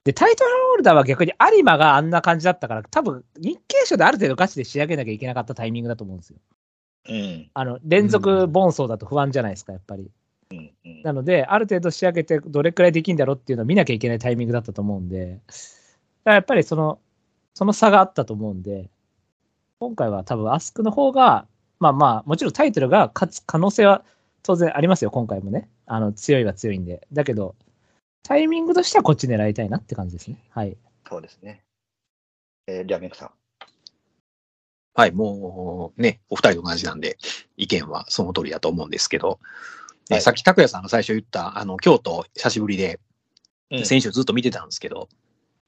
で、タイトルホルダーは逆に有馬があんな感じだったから、多分日経賞である程度ガチで仕上げなきゃいけなかったタイミングだと思うんですよ。うん。あの、連う続んボンソーだと不安じゃないですか、やっぱり。うんなので、ある程度仕上げて、どれくらいできるんだろうっていうのを見なきゃいけないタイミングだったと思うんで、だからやっぱりその、その差があったと思うんで、今回は多分、アスクの方が、まあまあ、もちろんタイトルが勝つ可能性は当然ありますよ、今回もね。あの強いは強いんで。だけど、タイミングとしてはこっち狙いたいなって感じですね。はい。そうですね。えー、リャミンクさん。はい、もうね、お二人と同じなんで、意見はその通りだと思うんですけど、えはいさっき拓也さんが最初言った、あの、京都久しぶりで、うん選手ずっと見てたんですけど、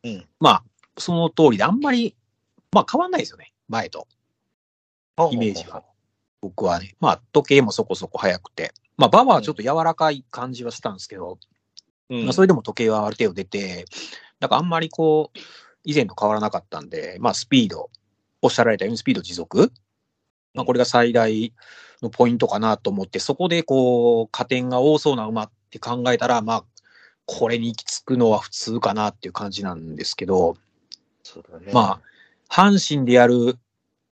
うんまあ、その通りで、あんまり、まあ変わんないですよね、前と、イメージは。僕はね。まあ、時計もそこそこ早くて。まあ、ババはちょっと柔らかい感じはしたんですけど、うんまあ、それでも時計はある程度出て、なんかあんまりこう、以前と変わらなかったんで、まあ、スピード、おっしゃられたようにスピード持続。まあ、これが最大のポイントかなと思って、そこでこう、加点が多そうな馬って考えたら、まあ、これに行き着くのは普通かなっていう感じなんですけど、そうだね。まあ、阪神でやる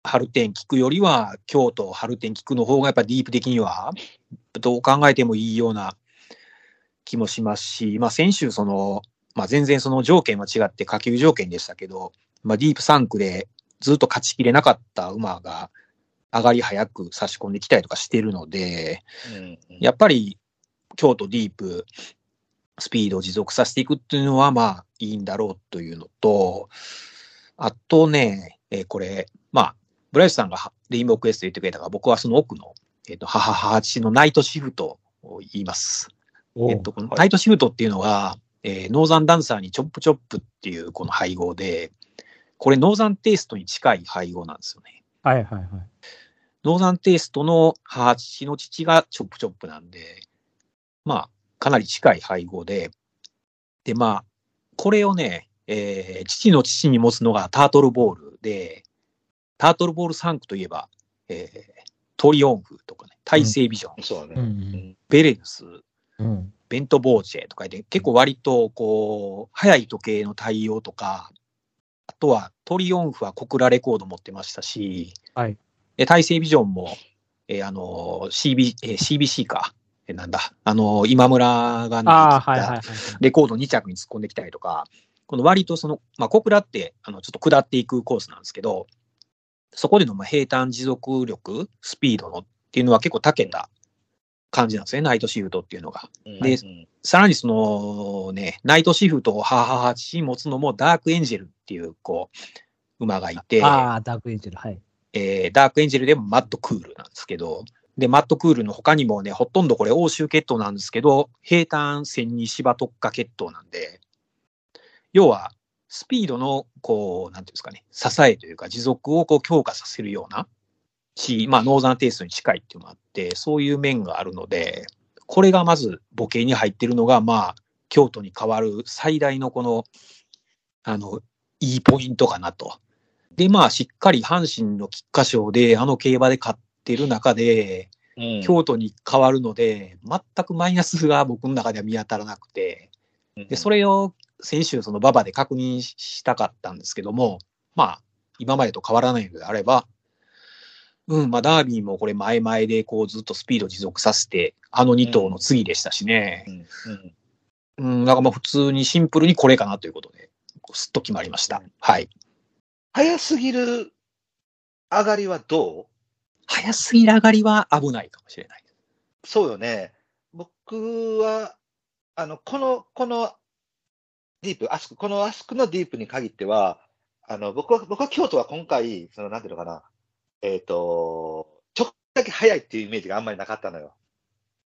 春天聞くよりは、京都春天聞くの方がやっぱディープ的には、どう考えてもいいような気もしますし、まあ先週その、まあ全然その条件は違って下級条件でしたけど、まあディープ3区でずっと勝ちきれなかった馬が上がり早く差し込んできたりとかしてるので、うん、やっぱり京都ディープ、スピードを持続させていくっていうのはまあいいんだろうというのと、あとね、えーこれ、まあ、ブライスさんがはレインボークエスト言ってくれたから、僕はその奥の、えっ、と、はははちのナイトシフトを言います。おうえっと、このはいナイトシフトっていうのは、えーノーザンダンサーにチョップチョップっていうこの配合で、これノーザンテイストに近い配合なんですよね。はいはいはい。ノーザンテイストの母父の父がチョップチョップなんで、まあ、かなり近い配合で、で、まあ、これをね、えー父の父に持つのがタートルボールで、タートルボール3区といえば、えートリオンフとかね、大西ビジョン、そうだうね。んベレヌス、うんうん。ベントボーチェとかで、結構割と、こう、早い時計の対応とか、あとはトリオンフは小倉レコード持ってましたし、はいで、大成ビジョンも、えーあのー、CB、えー CBC か、えーなんだ、あのー今村が抜いてきたああ、はいはいはいはい。レコード2着に突っ込んできたりとか、この割とその、まあ、小倉って、あの、ちょっと下っていくコースなんですけど、そこでのまあ平坦持続力、スピードのっていうのは結構長けた感じなんですね、ナイトシフトっていうのが。うんうでんさらにそのね、ナイトシフトを母8持つのもダークエンジェルっていう、こう、馬がいて、ああ、ダークエンジェル、はい。えーダークエンジェルでもマッドクールなんですけど、で、マッドクールの他にもね、ほとんどこれ欧州血統なんですけど、平坦戦に芝特化血統なんで、要は、スピードの、こう、なんていうんですかね、支えというか持続をこう強化させるような、し、まあ、ノーザンテイストに近いっていうのもあって、そういう面があるので、これがまず母系に入ってるのが、まあ、京都に変わる最大のこの、あの、いいポイントかなと。で、まあ、しっかり阪神の菊花賞で、あの競馬で勝ってる中で、うん京都に変わるので、全くマイナスが僕の中では見当たらなくて、で、それを先週、その馬場で確認したかったんですけども、まあ、今までと変わらないのであれば、うん、まあ、ダービーもこれ前々でこうずっとスピード持続させて、あの2頭の次でしたしねう、んうんうん、なんかまあ普通にシンプルにこれかなということで、すっと決まりました。はい。早すぎる上がりはど早すぎる上がりは危ないかもしれない。うそうよね。僕は、あの、この、このディープ、アスク、このアスクのディープに限っては、あの、僕は、僕は京都は今回、その、なんていうのかな、えっ、と、ちょっとだけ早いっていうイメージがあんまりなかったのよ。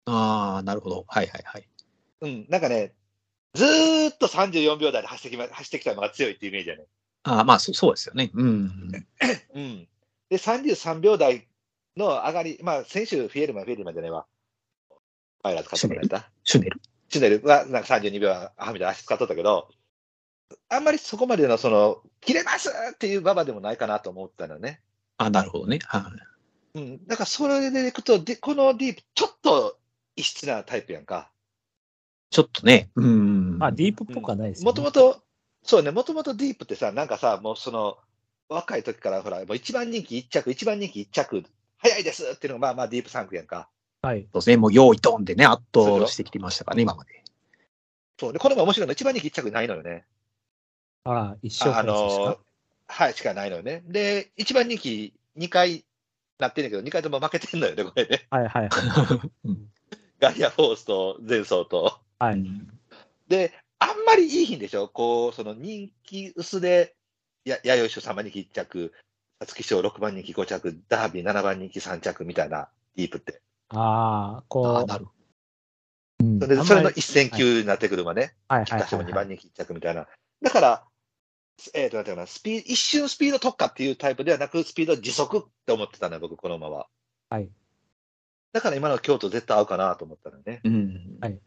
ああ、なるほど。はいはいはい。うん、なんかね、ずーっと34秒台で走ってきま、走ってきたのが強いっていうイメージだね。ああ、まあそそうですよね。うん。うん。で、33秒台の上がり、まあ、先週、フィエルマン、フィエルマンじゃないわ。ファイラーズ勝ってもらえた。シュネル。チュネルはなんか32秒はみ出足使っとったけど、あんまりそこまでの、その、切れますっていう馬場でもないかなと思ったのね。あなるほどね。はい。うん。だから、それでいくと、で、このディープ、ちょっと異質なタイプやんか。ちょっとね。うん。まあ、ディープっぽくはないですもともと、そうね、もともとディープってさ、なんかさ、もうその、若い時から、ほら、もう一番人気一着、一番人気一着、早いですっていうのが、まあまあ、ディープ3区やんか。はい。そうですね。もう用意ドンでね、圧倒してきてましたからね、今まで。そうね、この馬面白いの、一番人気一着ないのよね。あら、一生ああ懸命でしたのー、はい、しかないのよね。で、一番人気2回なってんだけど、2回とも負けてんのよね、これね。 はいはいはい。うんガイアフォースと前走と。はうい。んで、あんまりいい品でしょこう、その人気薄で、や、弥生賞3番人気1着、皐月賞6番人気5着、ダービー7番人気3着みたいな、ディープって。ああ、あこあ、なるほど。う。うんそれあで、んそれのまり一戦級になってくる馬ね。はい菊はい花賞はもい2はい。番人気1着みたいな。だから、えっ、と、なんていうのかな、スピード、一瞬スピード特化っていうタイプではなく、スピード持続って思ってたのよ、僕、この馬は。はい。だから今の京都絶対合うかなと思ったらね。うんはい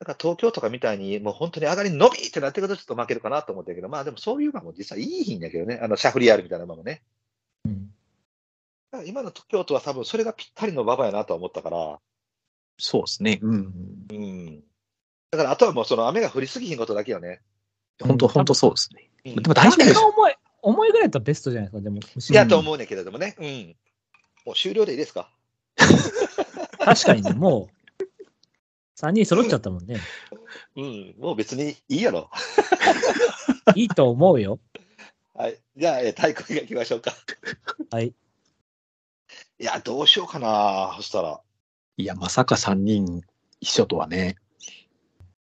だから東京とかみたいに、もう本当に上がりのびってなってくるとちょっと負けるかなと思ってるけど、まあでもそういう馬も実はいい品だけどね、あのシャフリヤールみたいな馬もね。うんだから今の京都は多分それがぴったりの馬場やなとは思ったから、そうですね。うん。うん。だからあとはもうその雨が降りすぎひんことだけよね。本当、うん本当そうですね。ででも大丈夫ですが重い、重いぐらいだったらベストじゃないですか、でも。いやと思うねんけれどもね。うん。もう終了でいいですか確かにね、もう、3人揃っちゃったもんね。うん。もう別にいいやろ。いいと思うよ。はい。じゃあ、えー、太鼓が行きましょうか。はい。いや、どうしようかな、そしたら。いや、まさか3人一緒とはね。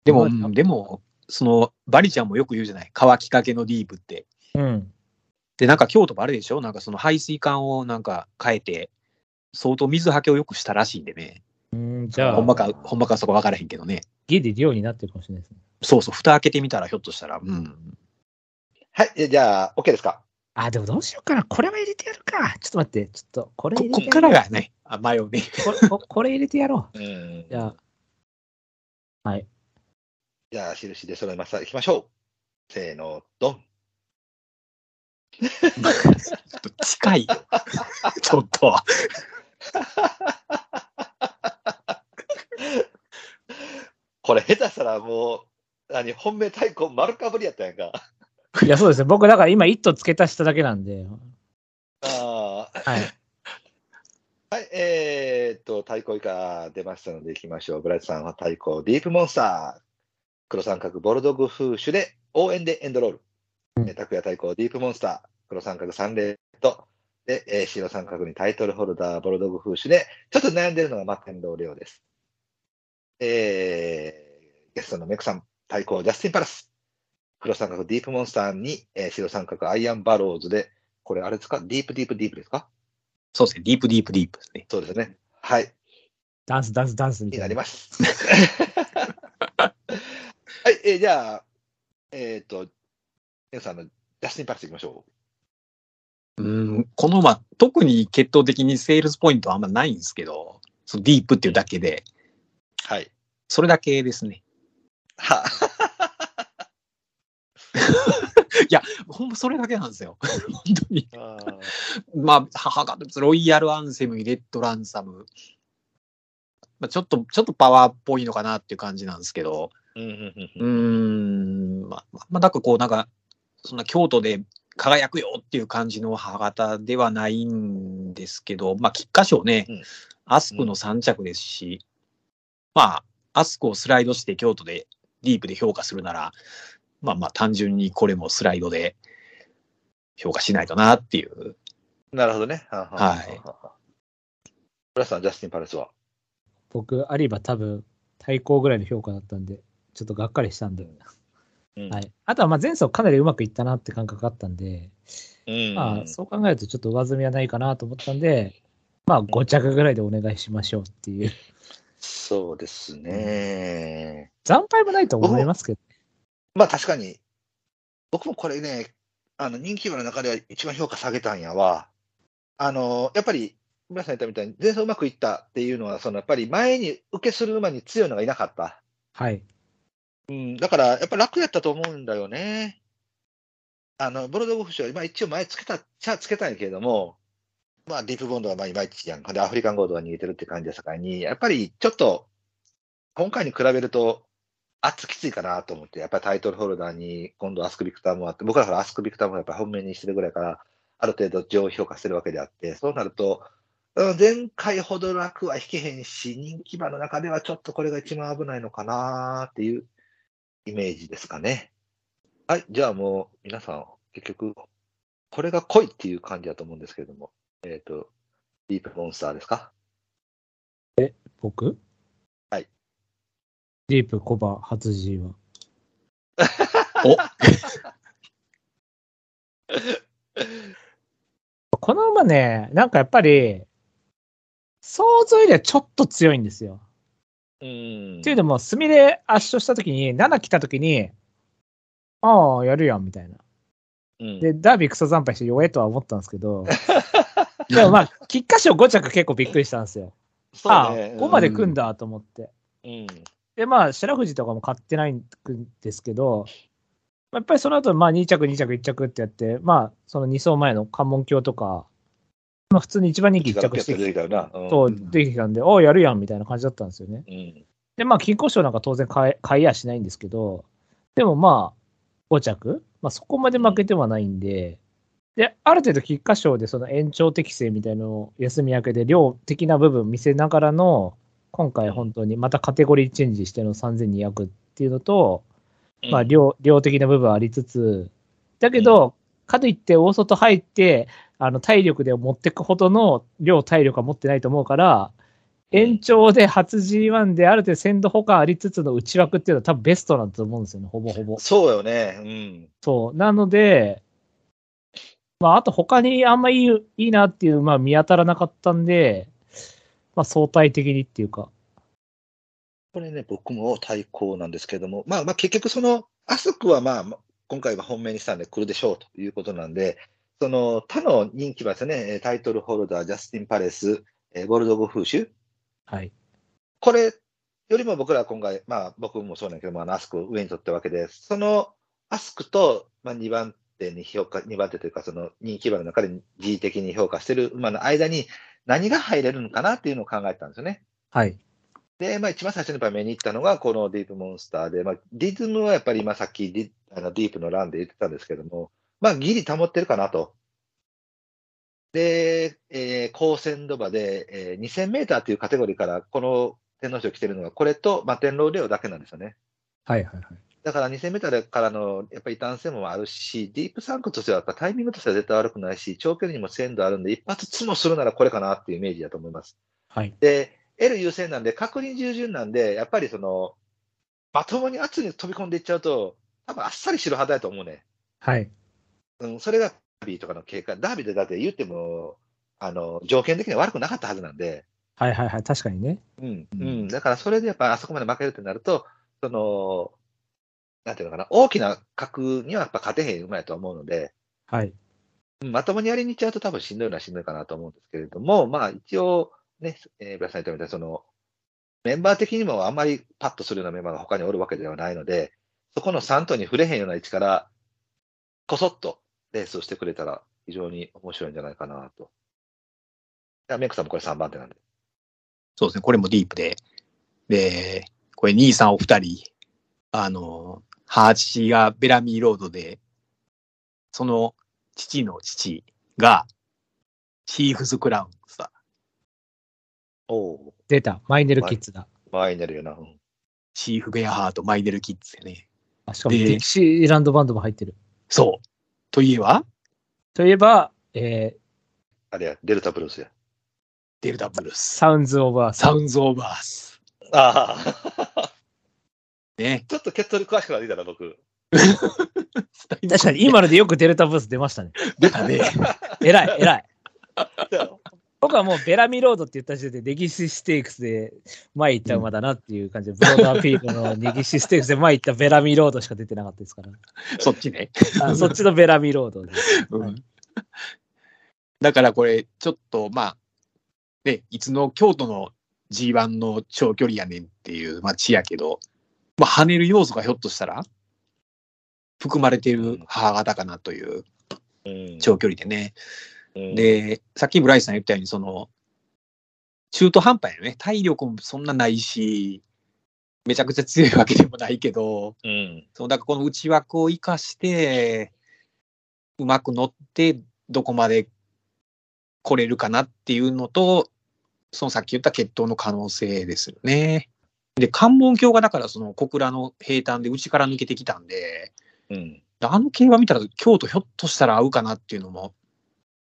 でも、まあうんでも、その、バリちゃんもよく言うじゃない。乾きかけのディープって。うん。で、なんか京都もあれでしょなんかその排水管をなんか変えて、相当水はけを良くしたらしいんでね。うん、じゃほんあま、か、ほんまかそこ分からへんけどね。家で量になってるかもしれないですね。そうそう、蓋開けてみたらひょっとしたら、うん。はい。えじゃあ、OK ですかあ、でもどうしようかな。これは入れてやるか。ちょっと待って、ちょっと、これこ入れこてっからがね、あ迷うね。これここれ入れてやろうんう。じゃあ、はい。じゃあ、印で揃えました。行きましょう。せーの、ドン。ちょっと近いよ。 ちょっと。これ、下手したらもう、何、本命太鼓丸かぶりやったやんか。いや、そうですね。僕、だから今、一頭付け足しただけなんで。あーはい。はい、えーっと、太鼓以下出ましたので行きましょう。ブライトさんは太鼓、ディープモンスター。黒三角、ボルドグフーシュで、応援でエンドロール。うんえー拓也太鼓、ディープモンスター。黒三角、サンレッド。で、えー白三角にタイトルホルダー、ボルドグフーシュで、ちょっと悩んでるのがマッテンドーレオです。えーゲストのメクさん、太鼓、ジャスティン・パラス。黒三角、ディープモンスターに、えー白三角、アイアン・バローズで、これあれですかディープ、ディープ、ディープですかそうですね、ディープディープディープですね。そうですね。はい。ダンス、ダンス、ダンスみにたないりな。ます。 はい、えーじゃあ、えっ、と、皆さんのジャスティン・パラスいきましょうん、この馬、特に決闘的にセールスポイントはあんまないんですけど、そのディープっていうだけで、う。はい。それだけですね。は、ほんまそれだけなんですよ。本当に。まあ、母がロイヤルアンセムにレッドランサム。まあ、ちょっと、ちょっとパワーっぽいのかなっていう感じなんですけど、うんうんうんうーん、まあ、まあ、なんかこう、なんか、そんな京都で輝くよっていう感じの歯型ではないんですけど、まあ、菊花賞ね、うんアスクの3着ですし、まあ、アスクをスライドして京都でディープで評価するなら、まあまあ、単純にこれもスライドで評価しないとなっていう。なるほどね。はあはあはいはあはあ村瀬さん、ジャスティン・パラスは。僕、ありば多分、対抗ぐらいの評価だったんで、ちょっとがっかりしたんで。うんはい。あとは、まあ、前走かなりうまくいったなって感覚があったんで、うんまあ、そう考えるとちょっと上積みはないかなと思ったんで、まあ、5着ぐらいでお願いしましょうって いう。そうですね。惨敗もないと思いますけど、まあ、確かに、僕もこれね、あの人気馬の中では一番評価下げたんやわ。あの、やっぱり、村瀬さん言ったみたいに、前走うまくいったっていうのは、そのやっぱり前に受けする馬に強いのがいなかった。はい。うん、だから、やっぱ楽やったと思うんだよね。あの、ボルドグフ賞は今一応前つけた、ちゃつけたんやけれども、まあ、ディープボンドはまあいまいちやんか。で、アフリカンゴールドは逃げてるって感じやさかいに、やっぱりちょっと、今回に比べると、あっつきついかなと思って、やっぱりタイトルホルダーに今度アスクビクターもあって、僕らからアスクビクターもやっぱ本命にしてるぐらいから、ある程度上位評価してるわけであって、そうなると、うん前回ほど楽は引けへんし、人気馬の中ではちょっとこれが一番危ないのかなっていうイメージですかね。はい、じゃあもう皆さん、結局、これが濃いっていう感じだと思うんですけれども、えっ、と、ディープモンスターですか僕はい。ディープ、コバ、初 G は。お この馬ね、なんかやっぱり、想像よりはちょっと強いんですよ。うんっていうのも、スミレ圧勝したときに、7来たときに、ああ、やるやん、みたいな。うん で、ダービークソ惨敗して弱えとは思ったんですけど、でもまあ、菊花賞5着結構びっくりしたんですよ。そうあね。あ、ここまで組んだと思って。うん。で、まあ、白富士とかも買ってないんですけど、まあやっぱりその後、まあ、2着、2着、1着ってやって、まあ、その2走前の関門橋とか、まあ、普通に一番人気1着して出きてきたよな。うんと、んできたんで、おうやるやんみたいな感じだったんですよね。うん。で、まあ、金庫賞なんか当然買え、買いやしないんですけど、でもまあ、5着まあ、そこまで負けてはないんで、で、ある程度、菊花賞でその延長適性みたいなのを休み明けで、量的な部分見せながらの、今回本当にまたカテゴリーチェンジしての3200っていうのと、まあ、量、量的な部分はありつつ、だけど、かといって大外入って、あの、体力で持ってくほどの量、体力は持ってないと思うから、延長で初 G1 である程度鮮度補完ありつつの内枠っていうのは多分ベストなんだと思うんですよね、ほぼほぼ。そうよね。うん。そう。なので、まあ、あと他にあんまいい、いいなっていう、まあ見当たらなかったんで、まあ相対的にっていうか、これね、僕も対抗なんですけども、まあまあ結局その、アスクはまあ、今回は本命にしたんで来るでしょうということなんで、その他の人気馬ですね、えータイトルホルダー、ジャスティン・パレス、えーボルドグ・フーシュ、はい。これよりも僕らは今回、まあ僕もそうなんだけども、あのアスクを上に取ったわけで、そのアスクと、まあ、2番手に評価、2番手というかその人気馬の中で恣意的に評価してる馬の間に何が入れるのかなっていうのを考えたんですよね。はい。で、まあ、一番最初にやっぱり目に行ったのが、このディープモンスターで、まあ、リズムはやっぱり今さっきディあのディープのランで言ってたんですけども、まあ、ギリ保ってるかなと。で、えー高鮮度馬で、えー2000メーターというカテゴリーから、この天皇賞来てるのが、これと、まあ、天皇陵だけなんですよね。はいはいはい。だから2000メーターからの、やっぱり異端性もあるし、ディープサンクとしては、やっぱタイミングとしては絶対悪くないし、長距離にも鮮度あるんで、一発つもするならこれかなっていうイメージだと思います。はい。で、L 優先なんで、確認従順なんで、やっぱりその、まともに圧に飛び込んでいっちゃうと、多分あっさり白肌だと思うね。はい。うん、それがダービーとかの経過、ダービーでだって言っても、あの、条件的には悪くなかったはずなんで、はいはいはい。確かにね。うん、うん、だからそれでやっぱあそこまで負けるってなると、その、なんていうのかな、大きな格にはやっぱ勝てへん馬やと思うので、はい。まともにやりに行っちゃうと多分しんどいのはしんどいかなと思うんですけれども、まあ一応ね、えー、ブラスさん言ったみたいにその、メンバー的にもあんまりパッとするようなメンバーが他におるわけではないので、そこの3頭に触れへんような位置から、こそっとレースをしてくれたら非常に面白いんじゃないかなと。じゃあメイクさんもこれ3番手なんで。そうですね、これもディープで。で、これ、兄さんお二人、あの、母父がベラミーロードで、その父の父が、チーフズクラウンさ。おお、出た。マイネルキッズだ。前になるよな。うんチーフベアハート、マイネルキッズでね。あしかも、でディキシーランドバンドも入ってる。そう。といえば、といえば、えー、あれや、デルタブルースや。デルタブルース。サウンズ・オブ・アース。サウンズ・オブ・アース。ああ、ね。 ちょっとケットル詳しくなりたな、僕。確かに、今のでよくデルタブース出ましたね。出たね。偉い、偉い。僕はもうベラミロードって言った時点で、ネギシステークスで前行った馬だなっていう感じで、ブロードアピールのネギシステークスで前行ったベラミロードしか出てなかったですから。そっちね。あそっちのベラミロードです。うはん だからこれ、ちょっとまあ、ね、いつの京都の G1 の長距離やねんっていう街やけど、まあ、跳ねる要素がひょっとしたら、含まれてる母方かなといううん長距離でね。うんで、さっきブライスさん言ったように、その、中途半端やね。体力もそんなないし、めちゃくちゃ強いわけでもないけど、うん。そう、だからこの内枠を生かして、うまく乗って、どこまで来れるかなっていうのと、そのさっき言った決闘の可能性ですよね。で、関門橋がだからその小倉の平坦で内から抜けてきたんで、うんあの競馬見たら京都ひょっとしたら合うかなっていうのも、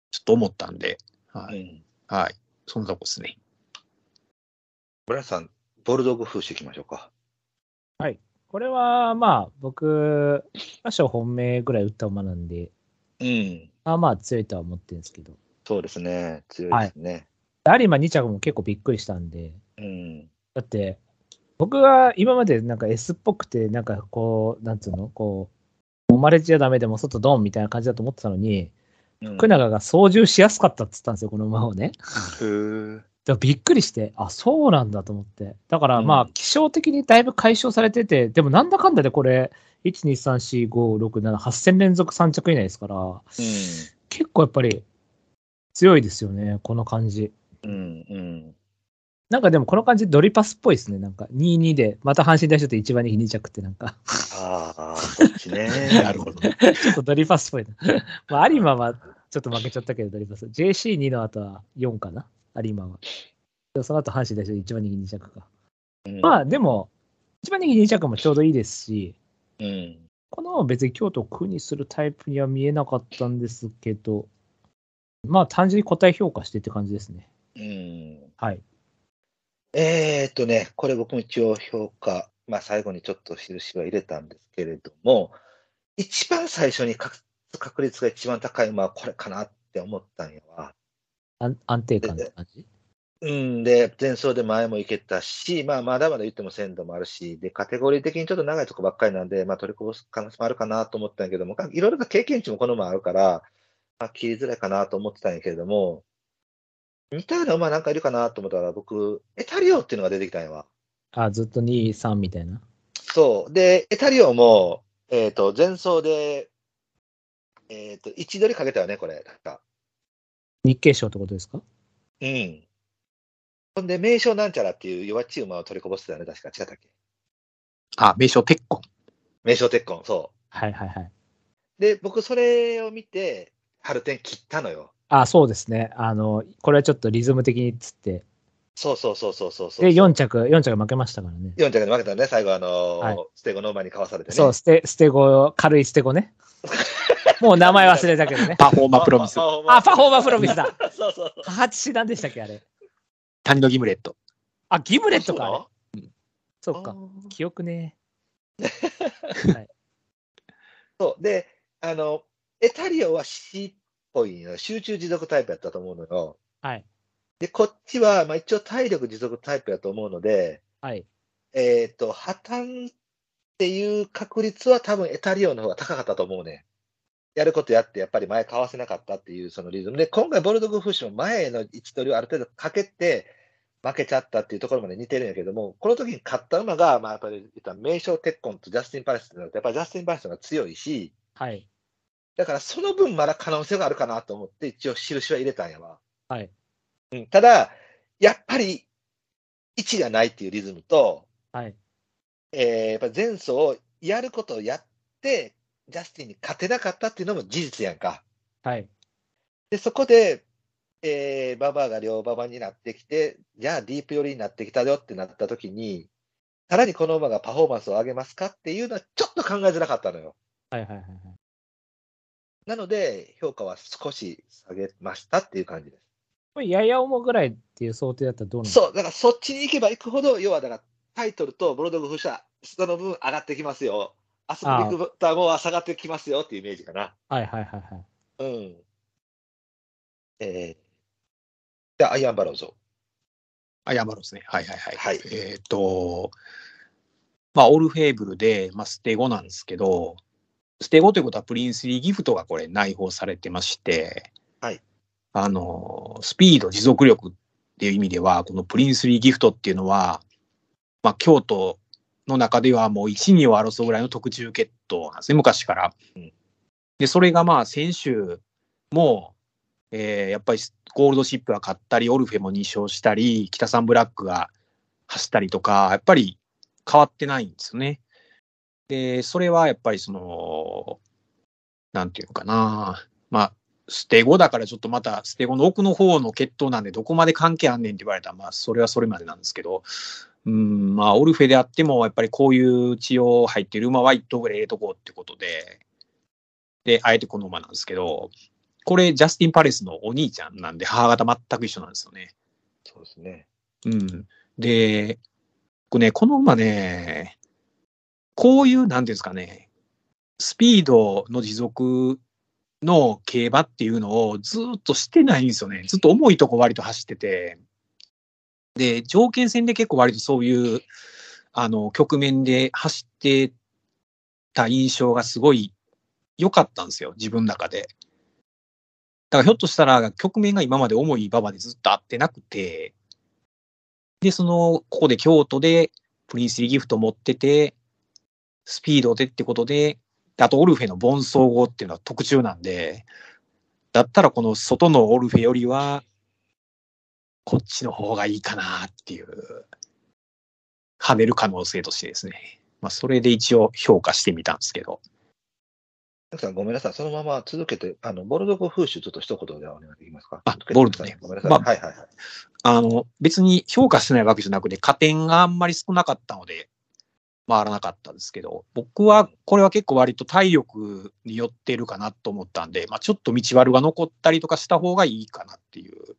ちょっと思ったんで、はうい。んはい。そんなとこですね。。村瀬さん、ボルドグ風刺いきましょうか。これは、まあ、僕、多少本命ぐらい打った馬なんで、うん。まあまあ強いとは思ってるんですけど、そうですね。強いですね。有馬2着も結構びっくりしたんで、うん。だって、僕は今までなんか S っぽくて、なんかこう、なんつうの、こう、生まれちゃダメでも外ドンみたいな感じだと思ってたのに、うん福永が操縦しやすかったって言ったんですよ、この馬をね。ふだからびっくりして、あ、そうなんだと思って。だからまあ、うん気象的にだいぶ解消されてて、でもなんだかんだでこれ、1、2、3、4、5、6、7、8戦連続3着以内ですから、ー結構やっぱり強いですよね、この感じ。うん。うん。うん。なんかでもこの感じ、ドリパスっぽいですね、なんか2-2で、また阪神大賞って1番に2着ってなんか、ああ、 そっちねなるほどね。ちょっとドリパスっぽいな。 まあ、有馬はちょっと負けちゃったけど、ドリパス。JC2 の後は4かな、有馬は。でその後阪神大賞1番に2着か。うんまあでも、一番人気2着もちょうどいいですし、うん。この別に京都を苦にするタイプには見えなかったんですけど、まあ単純に個体評価してって感じですね。うん。はい。えーっとね、これ僕も一応評価、まあ最後にちょっと印は入れたんですけれども、一番最初に確確率が一番高い馬はこれかなって思ったんやわ。安安定感って感じ。うんで、前走で前も行けたし、まあまだまだ言っても鮮度もあるし、で、カテゴリー的にちょっと長いとこばっかりなんで、まあ取りこぼす可能性もあるかなと思ったんやけども、かいろいろと経験値もこの馬あるから、まあ切りづらいかなと思ってたんやけれども、似たような馬なんかいるかなと思ったら、僕、エタリオっていうのが出てきたんやわ。あ、ずっと2、3みたいな。そう。で、エタリオも、えっ、と、前走で、えっ、と、位置取りかけたよね、これ。確か日経賞ってことですかうん。ほんで、名称なんちゃらっていう弱っちい馬を取りこぼしてたよね、確か。違ったっけあ、名称、鉄痕。名称鉄痕、そはいはいはい。う。で、僕、それを見て、春天切ったのよ。あ、そうですね。あの、これはちょっとリズム的にっつって。そうそうそうそうそうそう。で、4着、4着負けましたからね。 4着で負けたね、最後、あのーはいステゴノーマンにかわされてね。そう、捨て、捨て子、軽い捨て子 ね。もう名前忘れたけどね。パフォーマープロミス。あ、パフォーマープロミスだ。ス。そうそうそう。八シなんでしたっけあれ。谷のギムレット。あ、ギブレットか。あれそそううなか。の。あー記憶ね。そう。で、あの、エタリオは C っぽいのよ集中持続タイプやったと思うのよ。はい。で、こっちは、まあ、一応体力持続タイプやと思うので、はい。えっ、と、破綻っていう確率は多分エタリオの方が高かったと思うね。やることやって、やっぱり前かわせなかったっていうそのリズムで、今回ボルドグフーシュの前への位置取りをある程度かけて、負けちゃったっていうところまで似てるんやけども、この時に勝った馬が、まあ、やっぱり言ったら名将鉄痕とジャスティン・パレスってなると、やっぱりジャスティン・パレスが強いし、はい。だからその分まだ可能性があるかなと思って一応印は入れたんやわ。はい。うん、ただ、やっぱり位置がないっていうリズムと、はい。えーやっぱ前走をやることをやって、ジャスティンに勝てなかったっていうのも事実やんか。はい。で、そこで、えー、ババアが両馬場になってきて、じゃあディープ寄りになってきたよってなった時に、さらにこの馬がパフォーマンスを上げますかっていうのはちょっと考えづらかったのよ。はい。はい。はい。なので、評価は少し下げましたっていう感じです。これ、やや重ぐらいっていう想定だったらどうなのそう、だからそっちに行けば行くほど、要はだからタイトルとブロードグフ社、その分上がってきますよ。あそこビッグバッターも下がってきますよっていうイメージかな。はい。はい。はい。はい。うん。えー、じゃあ、アイアンバローズを。あ、ヤマロですね。はいはいはい。はいえっ、と、まあ、オルフェーブルで、まあ、捨て子なんですけど、捨て子ということはプリンスリーギフトがこれ内包されてまして、はい。あの、スピード、持続力っていう意味では、このプリンスリーギフトっていうのは、まあ、京都の中ではもう1、2を争うぐらいの特注決闘なんですね、昔から。で、それがまあ、先週も、えーやっぱりゴールドシップが勝ったり、オルフェも2勝したり、北サンブラックが走ったりとか、やっぱり変わってないんですよね。で、それはやっぱりその、なんていうのかな、まあ、捨て子だからちょっとまた捨て子の奥の方の決闘なんで、どこまで関係あんねんって言われたら、まあ、それはそれまでなんですけど、うん、まあ、オルフェであっても、やっぱりこういう血を入ってる馬は一頭ぐらい入れとこうってことで、で、あえてこの馬なんですけど、これ、ジャスティン・パレスのお兄ちゃんなんで、母方全く一緒なんですよね。そうですね。うん。で、これね、この馬ね、こういう、なんていうんですかね、スピードの持続の競馬っていうのをずっとしてないんですよね。ずっと重いとこ割と走ってて。で、条件戦で結構割とそういう、あの、局面で走ってた印象がすごい良かったんですよ、自分の中で。だからひょっとしたら、局面が今まで重い馬場でずっと合ってなくて、で、その、ここで京都でプリンスリーギフト持ってて、スピードでってことで、であとオルフェの盆総合っていうのは特注なんで、だったらこの外のオルフェよりは、こっちの方がいいかなっていう、跳ねる可能性としてですね。まあ、それで一応評価してみたんですけど。たくさんごめんなさい。そのまま続けて、あの、ボルドグフーシュちょっと一言でお願いできますか。あボルドねごめんなさい。まあはいはいはい。あの、別に評価してないわけじゃなくて、加点があんまり少なかったので、回らなかったんですけど、僕は、これは結構割と体力によってるかなと思ったんで、まあ、ちょっと道悪が残ったりとかした方がいいかなっていう。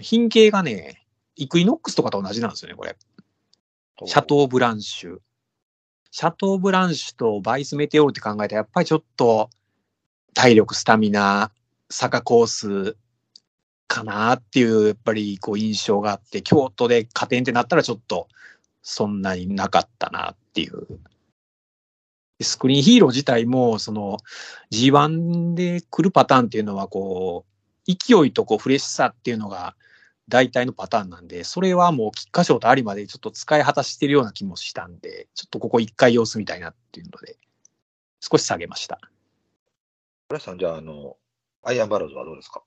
品系がね、イクイノックスとかと同じなんですよね、これ。シャトーブランシュ。シャトーブランシュとバイスメテオールって考えたら、やっぱりちょっと体力、スタミナ、坂コースかなっていう、やっぱりこう印象があって、京都で加点ってなったらちょっとそんなになかったなっていう。でスクリーンヒーロー自体も、その G1 で来るパターンっていうのは、こう、勢いとこうフレッシュさっていうのが大体のパターンなんで、それはもう菊花賞と有馬でちょっと使い果たしてるような気もしたんで、ちょっとここ一回様子見たいなっていうので、少し下げました。村さん、じゃあ、あの、アイアンバローズはどうですか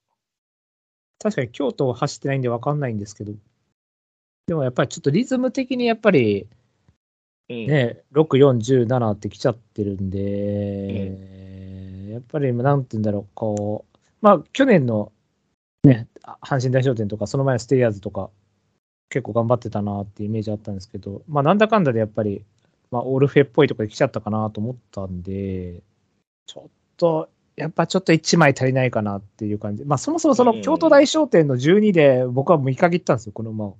確かに京都を走ってないんで分かんないんですけど、でもやっぱりちょっとリズム的にやっぱりうんね、6、4、17ってきちゃってるんで、やっぱりなんて言うんだろう、こう、まあ去年のね、あ阪神大賞典とか、その前のステイヤーズとか、結構頑張ってたなっていうイメージあったんですけど、まあなんだかんだでやっぱり、まあオールフェっぽいとこで来ちゃったかなと思ったんで、ちょっと、やっぱちょっと1枚足りないかなっていう感じ。まあそもそもその京都大賞典の12で僕は見限ったんですよ、この 馬を。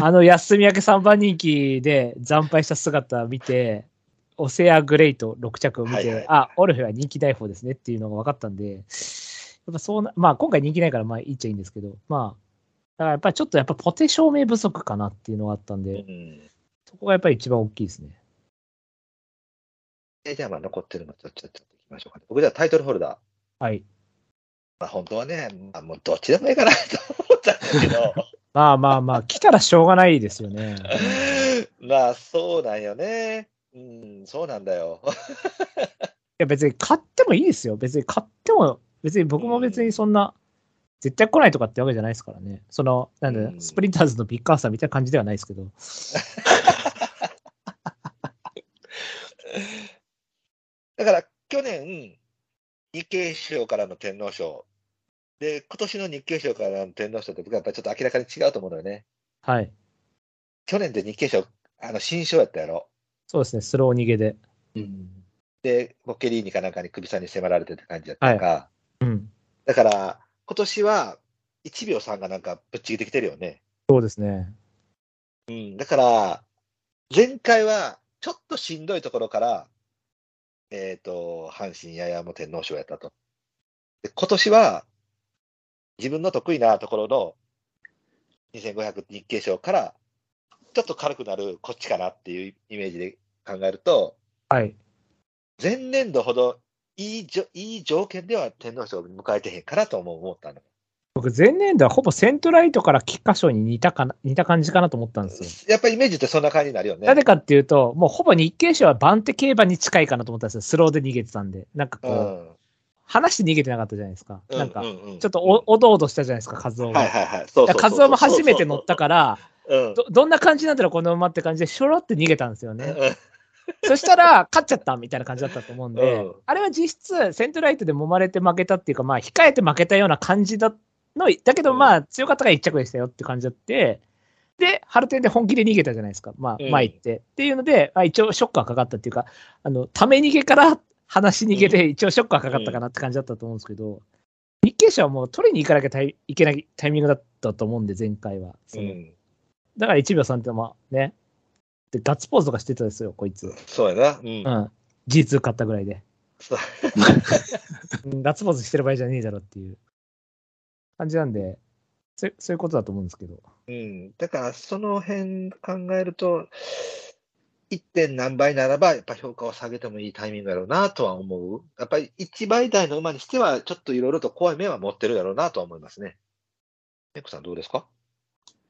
あの休み明け3番人気で惨敗した姿見て、オセアグレイト6着を見て、はいはいあ、オルフェは人気ない方ですねっていうのが分かったんで、やっぱそうな、まあ今回人気ないからまあいいっちゃいいんですけど、まあ、だからやっぱりちょっとやっぱポテ証明不足かなっていうのがあったんうで、ん。そこがやっぱり一番大きいですね。えじゃあ、まあ、残ってるのちょっとちょっといきましょうかね。僕じゃあタイトルホルダー。はい。まあ、本当はね、まあ、もうどっちでもいいかなと思ったんですけ ど、まあまあまあ、来たらしょうがないですよね。まあ、そうなんよね。うん、そうなんだよ。いや別に買ってもいいですよ。別に買っても、別に僕も別にそんな、絶対来ないとかってわけじゃないですからね。その、なんだろううんスプリンターズのビッグアーサーみたいな感じではないですけど。だから、去年、日経賞からの天皇賞。で、今年の日経賞からの天皇賞って、僕はやっぱりちょっと明らかに違うと思うのよね。はい。去年で日経賞、あの、新賞やったやろ。そうですね、スロー逃げで。 で、ボッケリーニかなんかに首さんに迫られてって感じだったから、うん。だから、今年は1秒3がなんかぶっちぎってきてるよね。そうですね。うん、だから、前回はちょっとしんどいところから、えっ、と、阪神ややも天皇賞やったと。で、今年は、自分の得意なところの2500日経賞から、ちょっと軽くなるこっちかなっていうイメージで考えると、はい。前年度ほどいいじょいい条件では天皇賞を迎えてへんかなとも思ったの。僕、前年度はほぼセントライトから菊花賞に似たかな、似た感じかなと思ったんですよ。やっぱりイメージってそんな感じになるよね。なぜかっていうと、もうほぼ日経賞は番手競馬に近いかなと思ったんですよ。スローで逃げてたんで。なんかこうう、ん、話して逃げてなかったじゃないですか。なんかう、ううんちょっとおおどおどしたじゃないですか、カズオが。はいはいはい。そうそうだそかうらカズオも初めて乗ったから、うんどどんな感じなんだろう、この馬って感じで、しょろって逃げたんですよね。うそしたら、勝っちゃったみたいな感じだったと思うんで、うんあれは実質、セントライトで揉まれて負けたっていうか、まあ、控えて負けたような感じだの、だけど、うんまあ、強かったから1着でしたよって感じだって、で、ハルテンで本気で逃げたじゃないですか、まうあ、ん前行って。っていうので、あ一応、ショックはかかったっていうか、あの、ため逃げから話し逃げで、一応、ショックはかかったかなって感じだったと思うんですけど、日経賞はもう取りに行かなきゃたいいけないタイミングだったと思うんで、前回は。そのん。だから1秒3ってまあね。で、ガッツポーズとかしてたですよ、こいつ。そうやな。うんう。ん。G2 買ったぐらいで。そううんガッツポーズしてる場合じゃねえだろっていう感じなんで、そそういうことだと思うんですけど。うん。だから、その辺考えると、 1. 点何倍ならば、やっぱ評価を下げてもいいタイミングだろうなとは思う。やっぱり1倍台の馬にしては、ちょっといろいろと怖い面は持ってるだろうなとは思いますね。ネコさんどうですか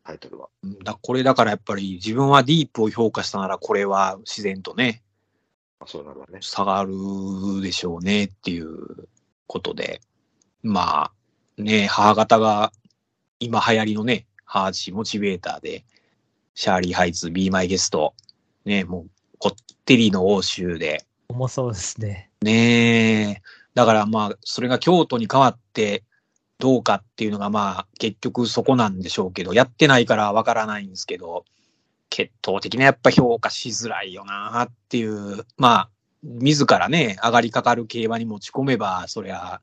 タイトルは。うんだこれだからやっぱり自分はディープを評価したならこれは自然とね、まあ、そうなるわね。下がるでしょうねっていうことで。まあ、ね、母方が今流行りのね、ハーチモチベーターで、シャーリーハイツ、ビーマイゲスト、ね、もうこってりの欧州で、重そうですね。ねえ。だからまあ、それが京都に変わってどうかっていうのがまあ、結局そこなんでしょうけど、やってないからわからないんですけど、決闘的なやっぱ評価しづらいよなっていう、まあ、自らね、上がりかかる競馬に持ち込めば、そりゃ、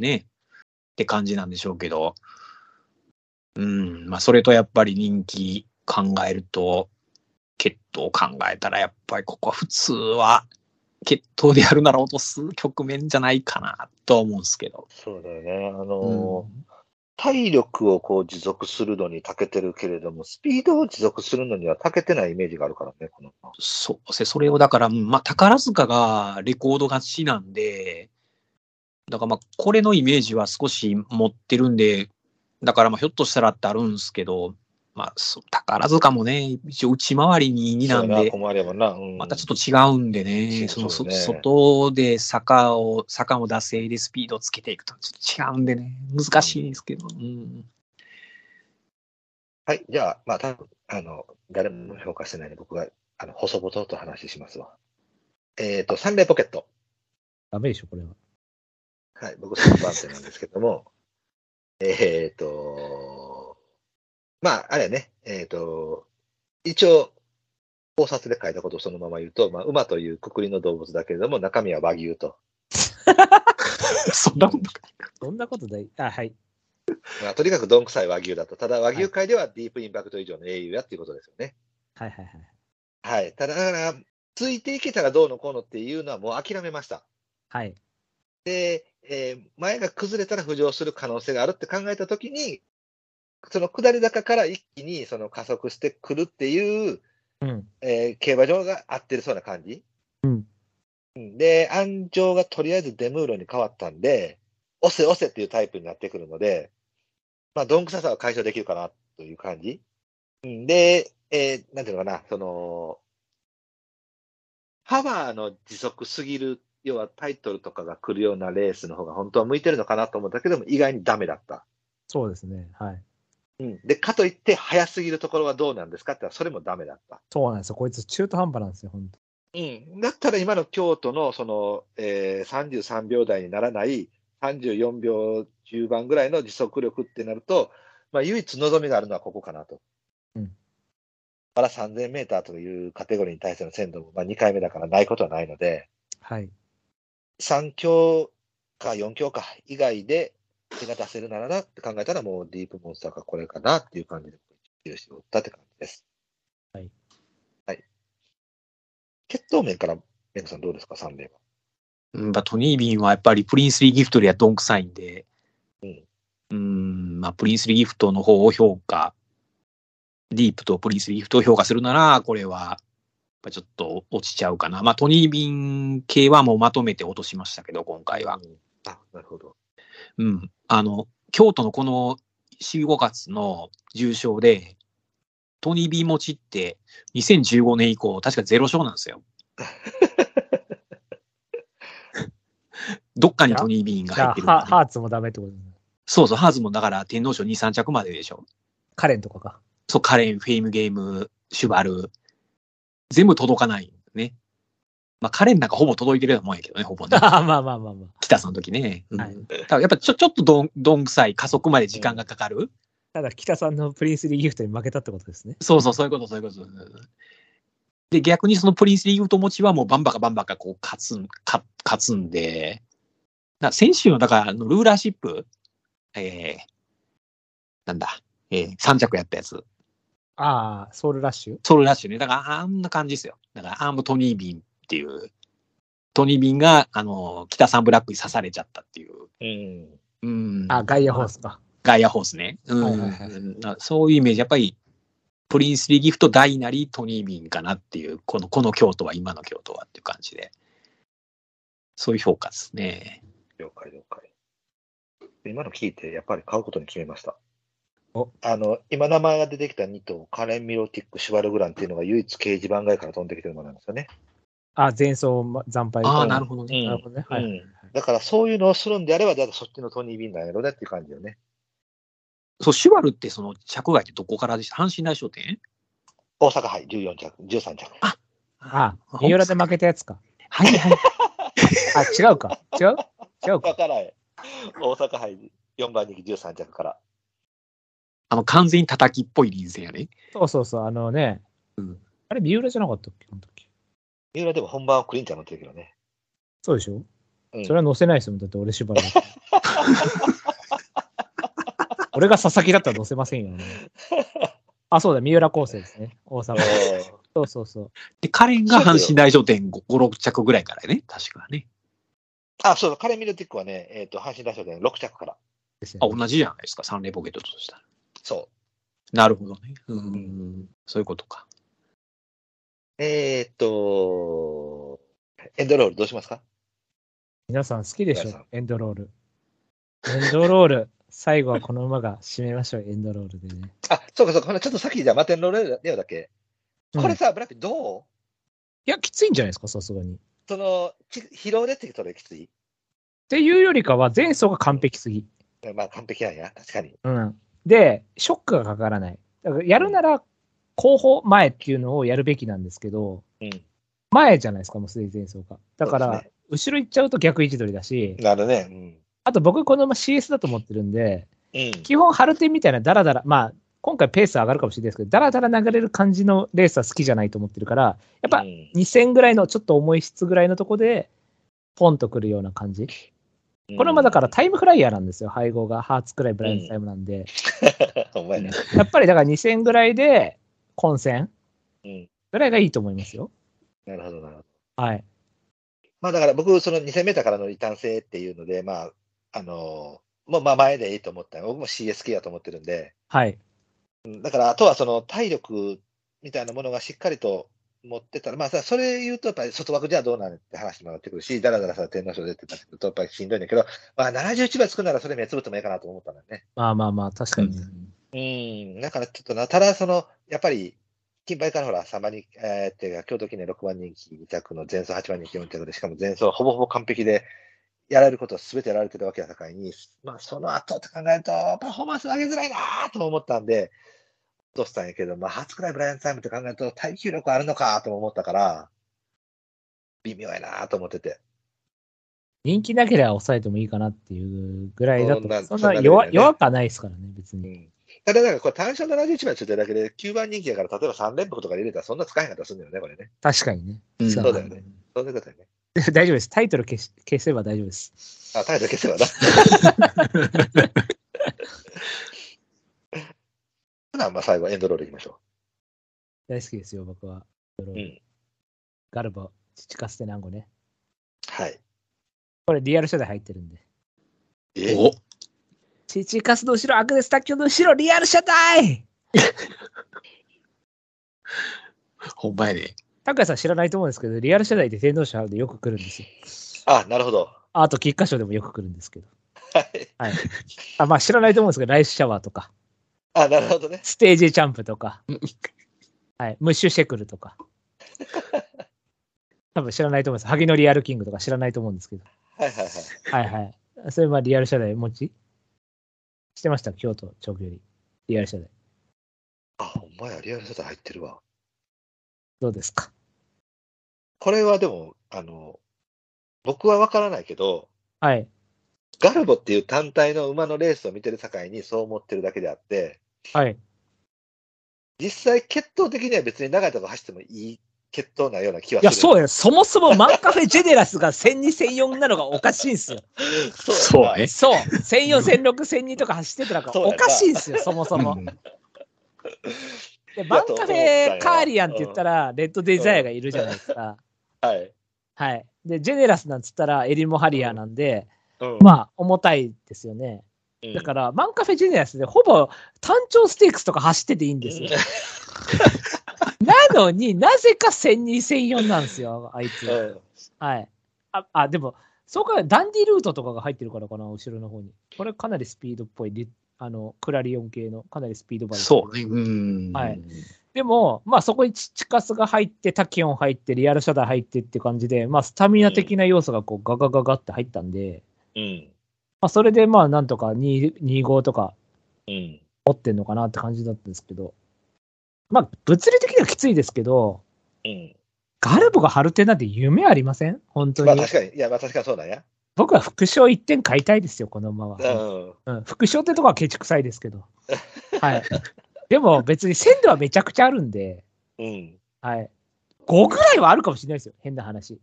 ね、って感じなんでしょうけど、うん、まあ、それとやっぱり人気考えると、決闘考えたら、やっぱりここは普通は決闘でやるなら落とす局面じゃないかなとは思うんですけど。そうだよね。あのー体力をこう持続するのに長けてるけれども、スピードを持続するのには長けてないイメージがあるからね、この馬。そうですねそれをだから、うんまあ、宝塚がレコード勝ちなんで、だからまあ、これのイメージは少し持ってるんで、だからまあ、ひょっとしたらってあるんですけど、まあ、そう宝塚もね、一応内回りに2なそんうやで、困ればな。うんまたちょっと違うんでね、そそうのそうそね外で坂を、坂を惰性でスピードをつけていくとちょっと違うんでね、難しいんですけど、 うん。はい、じゃあ、まあ、多分あの、誰も評価してないので、僕が、あの、細々と話しますわ。えっ、と、サンデーポケット。ダメでしょ、これは。はい、僕3番手なんですけども、 えっと、まあ、あれね、えっ、と、一応、考察で書いたことをそのまま言うと、まあ、馬というくくりの動物だけれども、中身は和牛と。そんなことか。そんなことない。あ、はい。まあ、とにかくどんくさい和牛だと。ただ、和牛界ではディープインパクト以上の英雄やっていうことですよね。はいはいはい。はい。ただ、だから、ついていけたらどうのこうのっていうのはもう諦めました。はい。で、えー前が崩れたら浮上する可能性があるって考えたときに、その下り坂から一気にその加速してくるっていう、うん。えー競馬場が合ってるそうな感じ。うんうん。で、安城がとりあえずデムーロに変わったんで、押せ押せっていうタイプになってくるので、まあ、どんくささは解消できるかなという感じ。うん、で、えーなんていうのかな、その、パワーの持続すぎる、要はタイトルとかが来るようなレースの方が本当は向いてるのかなと思ったけども、意外にダメだった。そうですね。はい。うん、で、かといって、早すぎるところはどうなんですかって言ったらそれもダメだった。そうなんですよ。こいつ中途半端なんですよ、本当うん、だったら今の京都のその、えー33秒台にならない34秒中盤ぐらいの持続力ってなると、まあ、唯一望みがあるのはここかなと。うんまだ3000メーターというカテゴリーに対しての鮮度も、まあ、2回目だからないことはないので、はい。 3強か4強か以外で手が出せるならなって考えたら、もうディープモンスターかこれかなっていう感じで、印を打ったって感じです。はい。はい。決闘面から、メンコさんどうですか、3連は。うん、まあトニービンはやっぱりプリンスリーギフトよりはどんくさいんで、うんうんまあ、プリンスリーギフトの方を評価、ディープとプリンスリーギフトを評価するなら、これは、やっぱちょっと落ちちゃうかな。まあ、トニービン系はもうまとめて落としましたけど、今回は。あ、なるほど。うん。あの、京都のこの4、5月の重賞で、トニー・ビー持ちって2015年以降、確かゼロ勝なん ですよ。どっかにトニー・ビーンがじ入ゃっあ、てるんハだね、ハーツもダメってことですね。そうそう、ハーズもだから天皇賞2、3着まででしょ。カレンとかか。そう、カレン、フェイムゲーム、シュバル。全部届かないんだよね。まあ、カレンなんかほぼ届いてるようなもんやけどね、ほ ぼね。ああ、まあまあまあまあ。北さんの時ね。うんはいだからやっぱちょちょっとどんどんくさい、加速まで時間がかかる。ただ、北さんのプリンスリーギフトに負けたってことですね。そうそう、そういうこと、そういうこと。で、逆にそのプリンスリーグと持ちはもうバンバカバンバカこう勝つん、勝勝つんで、な先週のだからあのルーラーシップ、えー、なんだ、えー、3着やったやつ、ああ、ソウルラッシュソウルラッシュね。だからあんな感じですよ。だから、あーもうトニービンっていう、トニービンが、あの、北サンブラックに刺されちゃったっていう。うん。うん。あ、ガイアホースか。ガイアホースね。うんはいはいはいなそういうイメージ。やっぱり、プリンスリーギフト、大なり、トニービンかなっていう、この、この京都は、今の京都はっていう感じで。そういう評価ですね。了解、了解。今の聞いて、やっぱり買うことに決めましたお。あの、今名前が出てきた2頭、カレン・ミロティック・シュワルグランっていうのが唯一掲示板外から飛んできてるものなんですよね。あ、前走ま惨敗ああ、なるほどね。うんなるほどね。はい。うんだからそういうのをするんであれば、だからそっちのトニー・ビンなんやろねっていう感じよね。そう、シュワルって、その、着外ってどこからでした阪神大商店大阪杯14着、13着。あ、三浦で負けたやつか。はいはい。あ、違うか。違う違うわか。からへん。大阪杯4番人気13着から。あの、完全に叩きっぽい臨戦やね。そうそうそう、あのね。うんあれ、三浦じゃなかったっけ、あの時。三浦でも本番はクリンちゃん乗ってるけどね。そうでしょ、うんそれは載せないですもん。だって俺 縛る。俺が佐々木だったら載せませんよ、ね。あ、そうだ、三浦昴生ですね。大 阪。そうそうそう。で、カレンが阪神大商店5、6着ぐらいからね。確かね。あ、そうだ、カレン・ミロティックはね、えっ、と、阪神大賞で6着から。ですあ、よね同じじゃないですか。サンレイポケットとしたら。そう。なるほどね。うん。そういうことか。えっ、と、エンドロールどうしますか皆さん好きでし皆さょんエンドロール。エンドロール。最後はこの馬が締めましょう、エンドロールでね。あ、そうかそうか、ほなちょっと先にじゃあマテンロールレオだけ。こうれんいさ、ブラックどうや、きついんじゃないですか、さすがに。っその、ち疲労でってそれきつい。ていうよりかは、前走が完璧すぎ。まあ完璧なんや、確かに。うん。で、ショックがかからない。だからやるなら、後方前っていうのをやるべきなんですけど、うん。前じゃないですか、もうすでに前走が。だかそうらで、後ろ行っちゃうと逆位置取りだし、なるね。うん。あと僕、この馬 CS だと思ってるんで、うん。基本、ハルテンみたいなダラダラ、まあ、今回ペース上がるかもしれないですけど、ダラダラ流れる感じのレースは好きじゃないと思ってるから、やっぱうん2000ぐらいのちょっと重い質ぐらいのとこで、ポンとくるような感じ。これもだから タイムフライヤーなんですよ、配合が。ハーツくらいブラインドタイムなんで。お前ね。やっぱりだから2000ぐらいで混戦うん。ぐらいがいいと思いますよ。なるほど、なるほど。はい。まあだから僕、その2000メーターからのリターン性っていうので、まあ、あのーもうまあ前でいいと思った。僕も CSK だと思ってるんで。はい。だから、あとはその体力みたいなものがしっかりと持ってたら、まあさ、それ言うと、やっぱり外枠じゃどうなんって話にもなってくるし、だらだらさ、天皇賞出てたりすると、やっぱりしんどいんだけど、まあ、71番つくならそれ目つぶってもいいかなと思ったんだよね。まあまあまあ、確かに。うん、だからちょっとな、ただ、その、やっぱり、金牌からほら、3番人気、えー、っていうか、京都記念6番人気2着の前走8番人気4着で、しかも前走はほぼほぼ完璧で、やられることは全てやられてるわけだからに、まあ、その後って考えると、パフォーマンス上げづらいなぁと思ったんで、落としたんやけど、まあ、初くらいブライアントタイムって考えると、耐久力あるのかとも思ったから、微妙やなぁと思ってて。人気なければ抑えてもいいかなっていうぐらいだそんなと、そんそんななレベル弱だよね弱くはないですからね、別うに。ん。ただ、なんかこれ、単勝71番ついてるだけで、9番人気やから、例えば3連複とかで入れたら、そんな使えへんかったりするんだよね、これね。確かにね。うんそそうだよね。そういうことだよね。 大丈夫です。タイトル消し消せば大丈夫です。あ、態度消せばな。ほなまあ最後、エンドロールいきましょ大好きですよ、僕は。んガルボ、チチカステナンゴね。う。はい。これ、リアル書で入ってるんで。えおチチカスの後ろ、アクネス卓球の後ろ、リアル車体ほんまやね。高谷さん知らないと思うんですけど、リアル車体って天皇賞でよく来るんですよ。あ、なるほど。ああと、菊花賞でもよく来るんですけど。はい。はい。あ、まあ知らないと思うんですけど、ライスシャワーとか、あ、なるほどね。ステージジャンプとか、はい、ムッシュシェクルと か。多分知らないと思うんです。ハギのリアルキングとか知らないと思うんですけど。はいはいはい。はいはい。それまあリアル車台持ちしてました、京都長距離。リアル車台。あ、ほんまや、リアル世代入ってるわ。どうですかこれはでも、あの、僕はわからないけど、はい。ガルボっていう単体の馬のレースを見てる境にそう思ってるだけであって、はい。実際、血統的には別に長いとこ走ってもいい血統なような気はいや、する。そうや。そもそもマンカフェジェネラスが1002、1004なのがおかしいんすよ。そうやなそうね。そう。1004、1006、1002とか走ってたらそうやおなかしいんすよ、そもそも。で、バンカフェカーリアンって言ったら、レッドデザイアがいるじゃないですか。はい。はい。で、ジェネラスなんつったら、エリモハリアーなんで、うんまあ、重たいですよね。だから、マンカフェジェネラスでほぼ単調ステークスとか走ってていいんですよ。なのになぜか1002、1004なんですよ、あいつ。うんはい。あ、あでも、そうか、ダンディルートとかが入ってるからかな、後ろの方に。これかなりスピードっぽい、リあの、クラリオン系の、かなりスピードバイク。そうね。うん。はいでも、まあそこにチチカスが入って、タキオン入って、リアルシャダー入ってって感じで、まあスタミナ的な要素がこうガガガガって入ったんで、うん。まあそれでまあなんとか2 25とかうん。持ってんのかなって感じだったんですけど、まあ物理的にはきついですけど、うん。ガルボがハルテなんて夢ありません本当まあに。確かに、いや、まあ確かにそうだね。僕は副賞1点買いたいですよ、この馬は。うん。うん、副賞ってとこはケチくさいですけ ど。はい。でも別に鮮度はめちゃくちゃあるんで、うん。はい。5ぐらいはあるかもしれないですよ、変な話。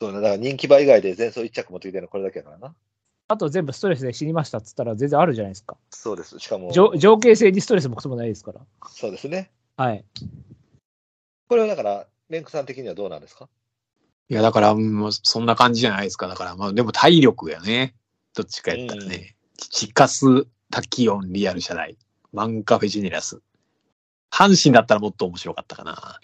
そうね。だから人気馬以外で前走1着持ってきてるのこれだけだからな。あと全部ストレスで死にましたっつったら全然あるじゃないですか。そうです。しかも、情情景性にストレスもくそもないですから。そうですね。はい。これはだから、レンクさん的にはどうなんですかいや、だから、うん、そんな感じじゃないですか。だから、まあ、でも体力やね。どっちかやったらうんね。チカス、タキオン、リアル社内、マンカフェジェネラス。阪神だったらもっと面白かったかな。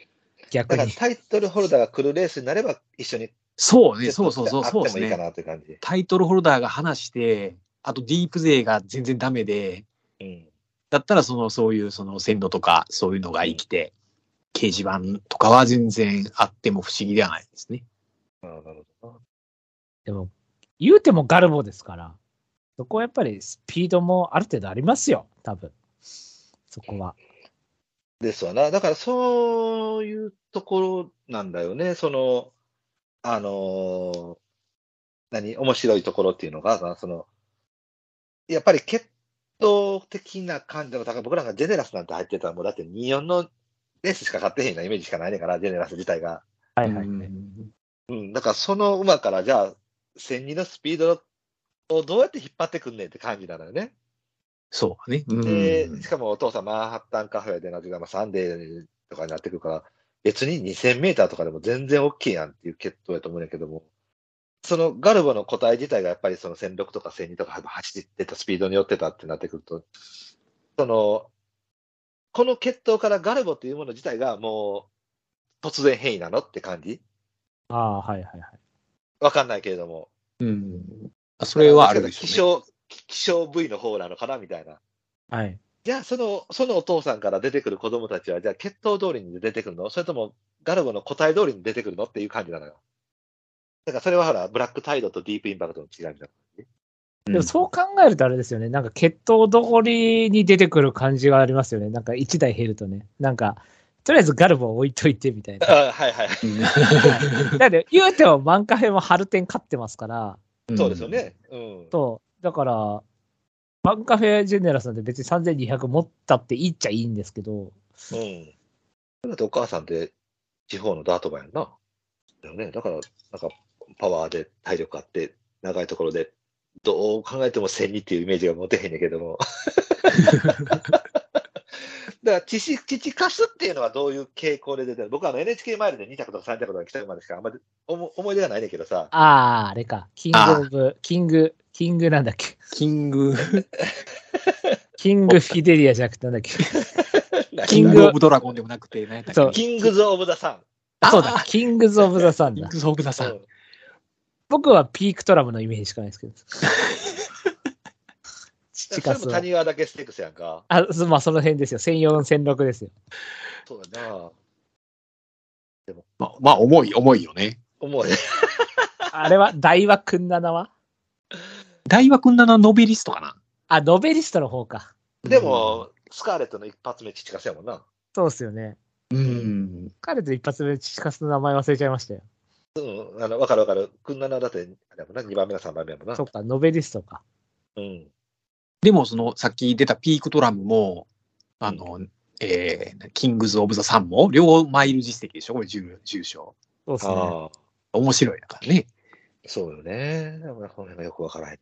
逆だからに。タイトルホルダーが来るレースになれば一緒にそうちね、ょそうっとそうそう、あっそうでてすもいいかね。なという感じ。タイトルホルダーが話して、あとディープ勢が全然ダメで、うん。だったらその、そういう、その線路とか、そういうのが生きて、掲示板とかは全然あっても不思議ではないですね。なるほど。でも、言うてもガルボですから、そこはやっぱりスピードもある程度ありますよ、多分。そこは。ですわな。だからそういうところなんだよね。その、あのー何、面白いところっていうのが、その、やっぱり血統的な感じの、だから僕らがジェネラスなんて入ってたら、もうだって24のレースしか勝ってへんようなイメージしかないねんから、ジェネラス自体が。はいはい、うはい。んうん、だからその馬から、じゃあ、1002のスピードをどうやって引っ張ってくんねんって感じなのよね。そうね。うんで、しかもお父さん、マンハッタンカフェでなってたら、まあ、サンデーとかになってくるから、別に2000メーターとかでも全然 OK やんっていう決闘やと思うんやけども、そのガルボの個体自体がやっぱりその1006とか1002とか走ってたスピードによってたってなってくると、その、この決闘からガルボというもの自体がもう突然変異なのって感じああ、はいはいはい。わかんないけれども。うん。あそれはあるで希しょうね。少、希少部位の方なのかなみたいな。はい。じゃあその、そのお父さんから出てくる子供たちは、じゃあ血統通りに出てくるのそれともガルゴの答え通りに出てくるのっていう感じなのよ。だからそれはほら、ブラックタイドとディープインパクトの違いみたいでもそう考えるとあれですよね、なんか血統どこりに出てくる感じがありますよね、なんか1台減るとね、なんか、とりあえずガルボを置いといてみた いな。な。あはいはい。だって言うてもマンカフェもハルテン勝ってますから、うんそうですよ。ね。うん。そう、だから、マンカフェジェネラスなんて別に3200持ったっていいっちゃいいんですけど、うん。だってお母さんって地方のダートバやんな。だよね。だから、なんかパワーで体力あって、長いところで、どう考えても千二っていうイメージが持てへんねんけど も。だから、チシ、チチカスっていうのはどういう傾向で出てる僕はあの NHK マイルで2着とか3着とか来たまでしかあんまり思思い出がないねんけどさ。あー、あれか、キングオブ、キング、キングなんだっけ、キング、キングフィデリアじゃなくてなんだっけ、キキンンググオブドラゴンでもなくて、何やったっけそうキングズ・オブ・ザ・サン。あそうだ、キングズ・オブ・ザ・サンキンだ。グオブザさん。僕はピークトラムのイメージしかないですけど。そ父れかもす谷川だけステークスやんか。あ、そまあその辺ですよ。1004、1006ですよ。そうだな。まあ、まあ、重い、重いよね。思うね。あれは、大和くんなは大和君だな、ノベリストかな。あ、ノベリストの方か。でも、スカーレットの一発目、チチカスやもんな。そうですよね。うん、彼と一発目、父かすの名前忘れちゃいましたよ。うん、あの、わかるわかる。くんななだって、あれやもんな、2番目な3番目やもんな。そっか、ノベリストか。うん。でも、その、さっき出たピークトラムも、あの、えーキングズ・オブ・ザ・サンも、両マイル実績でしょこれ、重重賞。そうですね。ああ、面白いだからね。そうよね。でもこの辺がよくわからへん。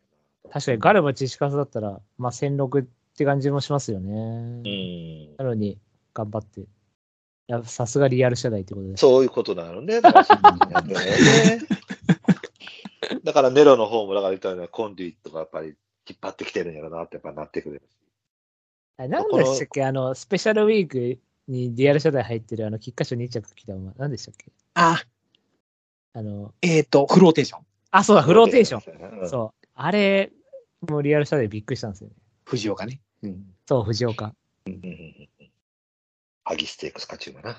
確かに、ガルバ、父かすだったら、まあ1006って感じもしますよね。ん。なのに、頑張って。いや、さすがリアル社代ってことです。そういうことなのね。だからそういうこ となんだよねだからネロの方も、だから言ったようなコンデュイットがやっぱり引っ張ってきてるんやろなってやっぱなってくれるあ何でしたっけあの、スペシャルウィークにリアル謝罪入ってるあの、菊花賞2着来た馬、何でしたっけあ、あの、えっ、と、フローテーション。あ、そうだ、し。フローテーション。ンうそう。あれ、もうリアル謝罪びっくりしたんですよね。藤岡ね。うん。そう、藤岡。ん。うんうんうんうんハギステークス勝ち馬な。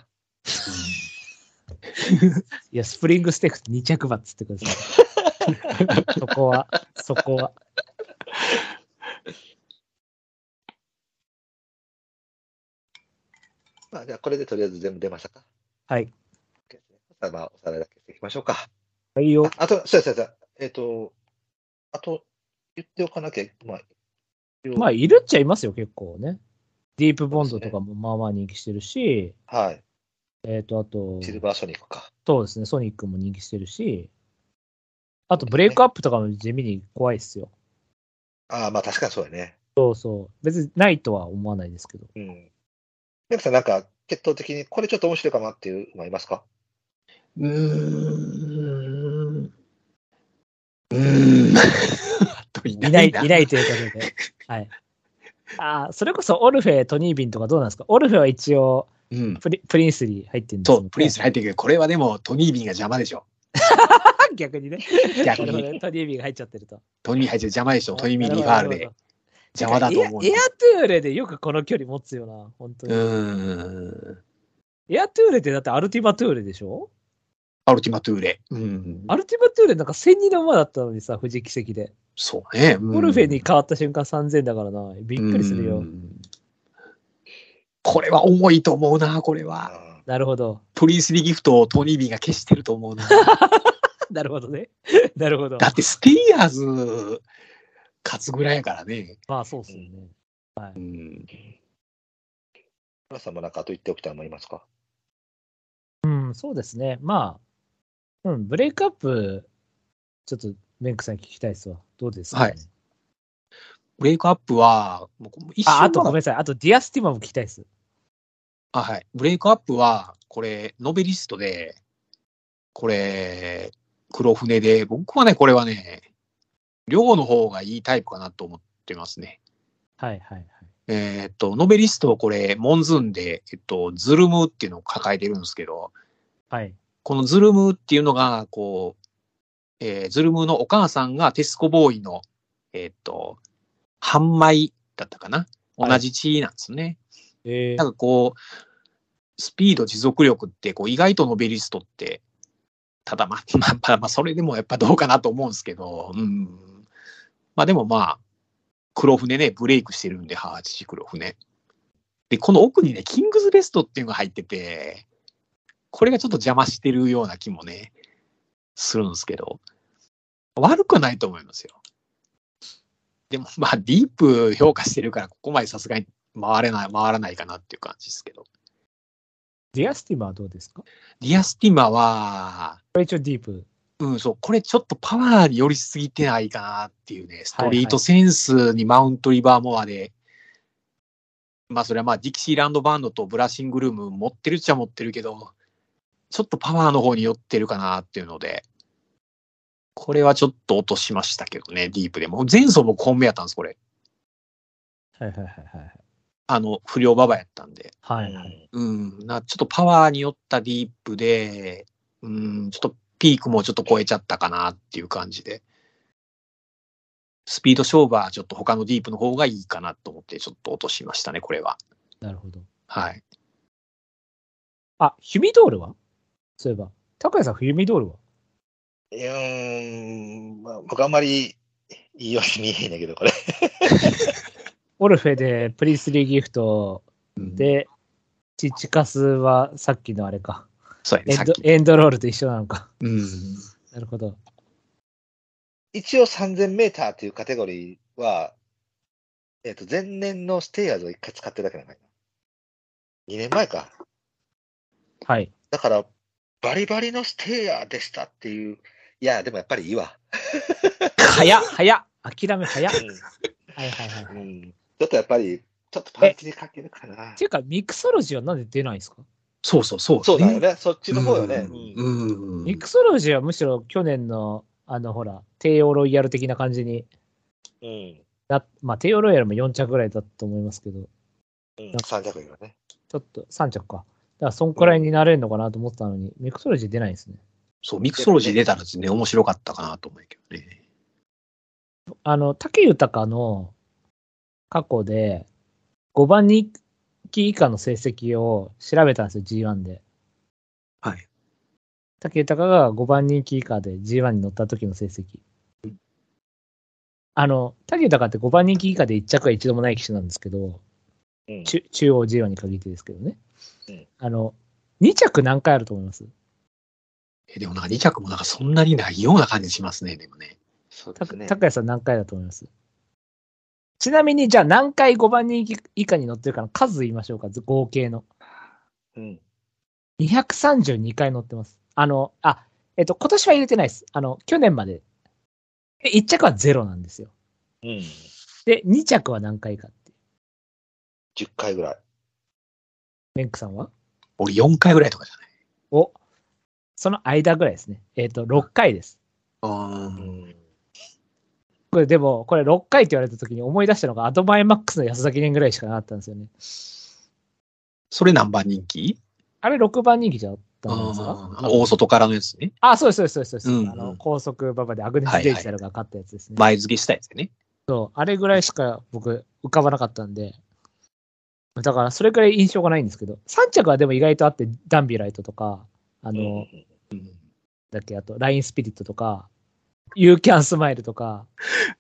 いや、スプリングステークス2着馬っつってください。 そこは、そこは。まあ、じゃあこれでとりあえず全部出ましたか。はい。さあ、まあ、おさらいだけしていきましょうか。はいよ。あと、そうそうそう。えっ、と、あと、言っておかなきゃ、まあ、まあ、いるっちゃいますよ、結構ね。ディープボンドとかもまあまあ人気してるし、はい。えっ、と、あと、シルバーソニックか。そうですね、ソニックも人気してるし、あとブレイクアップとかも地味に怖いっすよ。ああ、まあ確かにそうだね。そうそう。別にないとは思わないですけど。うん。でもさん、なんか、決闘的に、これちょっと面白いかなっていう馬いますかうーん。うー ん。あといいない、いなないということで。はい。ああ、それこそオルフェ、トニービンとかどうなんですかオルフェは一応うん。プリ、プリンスリー入ってるんですそよう、プリンス入ってるけど、これはでもトニービンが邪魔でしょ。あ逆にね。逆なるほどに。ねトニービンが入っちゃってると。トニービン入って邪魔でしょ。トニービンリファールで。邪魔だと思うエア。エアトゥーレでよくこの距離持つよな、本当うに。ーん。エアトゥーレってだってアルティマトゥーレでしょアルティマトゥーレ。うん。アルティマトゥーレなんか1000人の馬だったのにさ、藤木跡で。そうね。オルフェにび変わった瞬間3000だからな。びっくりするよ。。これは重いと思うな、これは。あなるほど。 プリンスリーギフトをトニービンが消してると思うな。なるほどね。 なるほどだ。ってスティーアーズ勝つぐらいやからね。まあそうっすよね。うん。皆さんもなんか、あと言っておきたい馬いますかうん、そうですね。まあ、うん、ブレイクアップ、ちょっとメンクさん聞きたいっすわ。どうですか、はいブレイクアップは、もう一瞬あ、あとごめんはなさい。あとディアスティマも聞きたいっす。あ、はい。ブレイクアップは、これ、ノベリストで、これ、黒船で、僕はね、これはね、量の方がいいタイプかなと思ってますね。はいはいはい。えーっと、ノベリストはこれ、モンズーンで、えっと、ズルムっていうのを抱えてるんですけど、はい。このズルムっていうのが、こう、えーズルムのお母さんがテスコボーイの、えーっと、半米だったかなはい同じ地位なんですね。えなんかこう、スピード、持続力って、こう、意外とノベリストって、ただま あ、まあ、まあ、まあ、それでもやっぱどうかなと思うんですけど、うん。まあでもまあ、黒船ね、ブレイクしてるんで、ハーチシ黒船。で、この奥にね、キングズベストっていうのが入ってて、これがちょっと邪魔してるような気もね、するんですけど、悪くはないと思いますよ。でもまあ、ディープ評価してるから、ここまでさすがに回れない、回らないかなっていう感じですけど。ディアスティマはどうですかディアスティマは、これ一応ディープ。うん、そう、これちょっとパワーに寄りすぎてないかなっていうね、ストリーはいはトいセンスにマウントリバーモアで、まあそれはまあディキシーランドバンドとブラッシングルーム持ってるっちゃ持ってるけど、ちょっとパワーの方に寄ってるかなっていうので、これはちょっと落としましたけどね、ディープでも。前走もコンベやったんです、これ。はいはいはいあの、不良馬場やったんで。はい。はいは。はいい。うん、なちょっとパワーによったディープで、うん、ちょっとピークもちょっと超えちゃったかなっていう感じで、スピード勝負はちょっと他のディープの方がいいかなと思って、ちょっと落としましたね、これは。なるほど。はい。あ、ヒュミドールはそういえば。高谷さん、ヒュミドールはうーん、まあ、僕あんまり、いいように見えへんねんけど、これ。 オルフェでプリンスリーギフトうん、で、チチカスはさっきのあれか。そうやね、エさンっドき。エンドロールと一緒なのか。うん。なるほど。一応3000メーターっていうカテゴリーは、えっ、と、前年のステイヤーズを一回使ってるだけなのかな。2年前か。はい。だから、バリバリのステイヤーでしたっていう。いや、でもやっぱりいいわ。早っ早っ諦め早っはいはいはい。うっん、ちょっとやっぱり、ちょっとパンチにかけるかなて。いうか、ミクソロジーはなんで出ないんですかそうそうそう、そうだよ。ね。そっちの方よね。うんうん。ミクソロジーはむしろ去年の、あの、ほら、帝王ロイヤル的な感じにうんなまあ、テイオロイヤルも4着ぐらいだと思いますけど、うん、3着今ね。ちょっと3着か。だから、そんくらいになれるのかなと思ってたのに、ミクソロジー出ないんですね。そう、ミクソロジー出たらですね、面白かったかなと思うけどね。あの、武豊の過去で、5番人気以下の成績を調べたんですよ、G1 で。はい。武豊が5番人気以下で G1 に乗った時の成績。あの、武豊って5番人気以下で1着は一度もない騎手なんですけど、うん。中中央 G1 に限ってですけどね。うんあの、2着何回あると思いますえ、でもなんか2着もなんかそんなにないような感じしますね、でもね。そうでたすね。高谷さん何回だと思いますちなみに、じゃあ何回5番人気以下に乗ってるかの数言いましょうか、ず合計の。うん。 232回乗ってます。あの、あ、えっと、今年は入れてないです。あの、去年まで。で1着はゼロなんですよ。うん。で、2着は何回かって。 10回ぐらい。メンクさんは俺4回ぐらいとかじゃないお、その間ぐらいですね。えっと、6回です。う。うんん。これでも、これ6回って言われた時に思い出したのが、アドバイマックスの安崎年ぐらいしかなかったんですよね。それ何番人気あれ6番人気じゃったんですかあの大外からのやつね。あ、そうです、そうです、そうですそうです。うんあの、高速馬場でアグネス・デイジタルが勝ったやつですね。前付けしたやつね。そう、あれぐらいしか僕、浮かばなかったんで。だから、それくらい印象がないんですけど、3着はでも意外とあって、ダンビライトとか、あの、うんだっけ、あと、ラインスピリットとか、ユーキャンスマイルとか、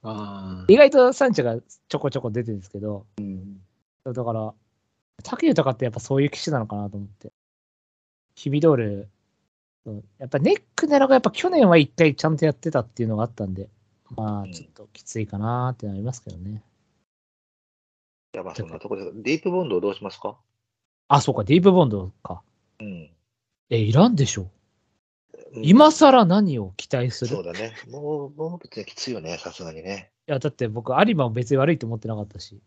あ意外と3着がちょこちょこ出てるんですけど、だから、竹豊ってやっぱそういう騎士なのかなと思って。日々通る、うんやっぱネック狙うがやっぱ去年は一回ちゃんとやってたっていうのがあったんで、まあうんちょっときついかなってなりますけどね。いや、まあそんなとこです。ディープボンドをどうしますかあ、そうか、ディープボンドか。うん。え、いらんでしょう。今更何を期待する、いそうだね。もう、もう別にきついよね、さすがにね。や、だって僕、有馬も別に悪いと思ってなかったし。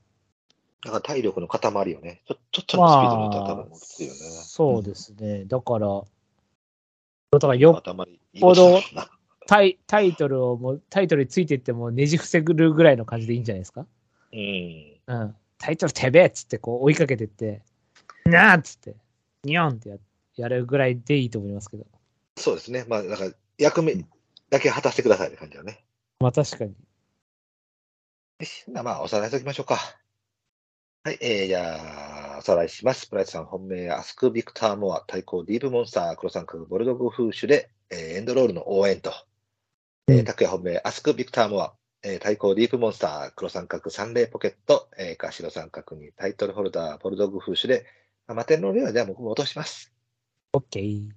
だから体力の塊よね。ちょちょっとのスピードのまったら多あ分、きついよね。そうですね。だから、だからよっ塊。ぽどいいなタイタイトルをもう、タイトルについていってもねじ伏せるぐらいの感じでいいんじゃないですかうん。うん、タイトルてべえっつってこう追いかけてって、なあっつって、にょんってややるぐらいでいいと思いますけど。そうですね。まあ、なんか、役目だけ果たしてくださいって感じだね。まあ確かに。よしなまあ、おさらいしておきましょうか。はい、えー、じゃあ、おさらいします。プライスさん、本命、アスク・ビクター・モア、対抗、ディープ・モンスター、黒三角、ボルドグ・フーシュで、えーエンドロールの応援と。えうー、ん拓也本命、アスク・ビクター・モア、えー対抗、ディープ・モンスター、黒三角、三霊ポケット、えー、か白三角にタイトルホルダー、ボルドグ・フーシュで、まあ、マテンロールはじゃあ僕も落とします。 OK。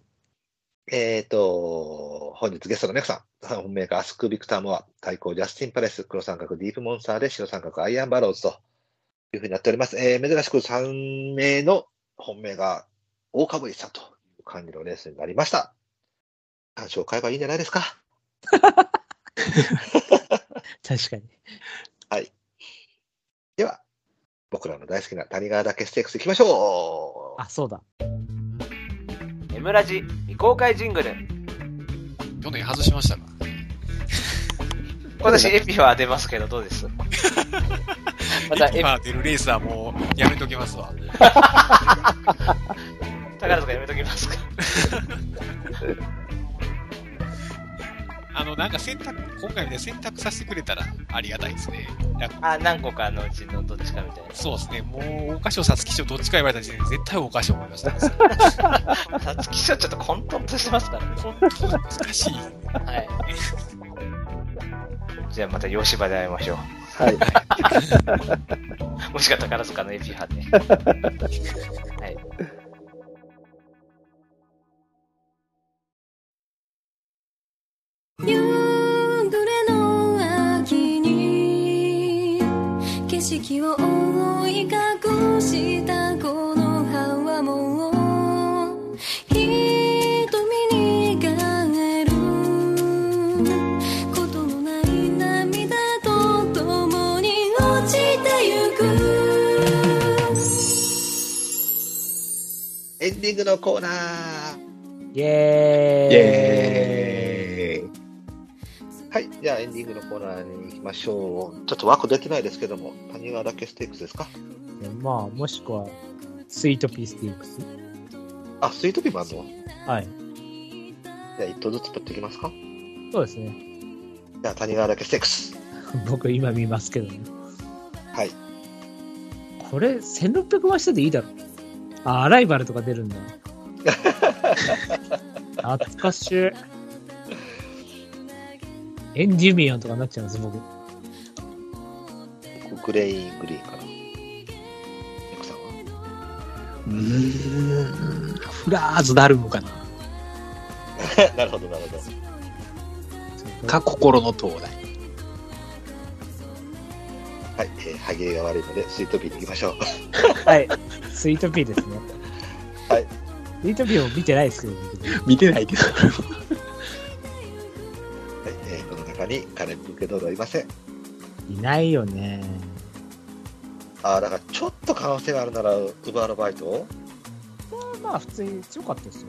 えーと、本日ゲストのネコさん、本命がアスク・ビクター・モア、対抗ジャスティン・パレス、黒三角、ディープ・モンスターで白三角、アイアン・バローズというふうになっております。えー珍しく3名の本命が大かぶりしたという感じのレースになりました。単勝を買えばいいんじゃないですか。確かに。では、僕らの大好きな谷川岳ステークス行きましょう。あ、そうだ。エムラジ未公開ジングル去年外しましたか今年エピファー出ますけどどうですまたエピ今出るレースはもうやめときま すわ。宝塚やめときますかあの、なんか選択、今回みたいに選択させてくれたらありがたいですね。いやあ何個かのうちのどっちかみたいそうですね、もう、桜花賞、皐月賞、どっちか言われた時点で絶対桜花賞思いまし た、ね。なさつき賞ちょっと混沌としてますからね本当に難しい。はいじゃあまた吉場で会いましょうはい。 もしくは宝塚のエピファーで夕暮れの秋に景色を覆い隠したこの葉はもう瞳に変えることのない涙と共に落ちてゆくエンディングのコーナー。イェーイイエーイ。はい、じゃあエンディングのコーナーに行きましょう。ちょっと枠できないですけども、谷川だけステークスですかまあ、もしくは、スイートピースティークス。あ、スイートピーもあるのはい。じゃあ一頭ずつ取っていきますかそうですね。じゃあ谷川だけステークス。僕今見ますけどね。はい。これ、1600万下でいいだろ。あ、アライバルとか出る んだ。懐かしい。エンジュミオンとかになっちゃうんです、僕。グレイングリーンかな。エクさんはうーん、フラーズダルムかな。なるほど、なるほど。か、心の灯台。はい、えー歯切れが悪いので、スイートピーに行きましょう。はい。スイートピーですね。はい。スイートピーも見てないですけど、僕見てないけど。はい、えーこの中に金受け取るはいません。いないよね。ああ、だからちょっと可能性があるなら、ウバーのバイトまあ、普通に強かったですよ。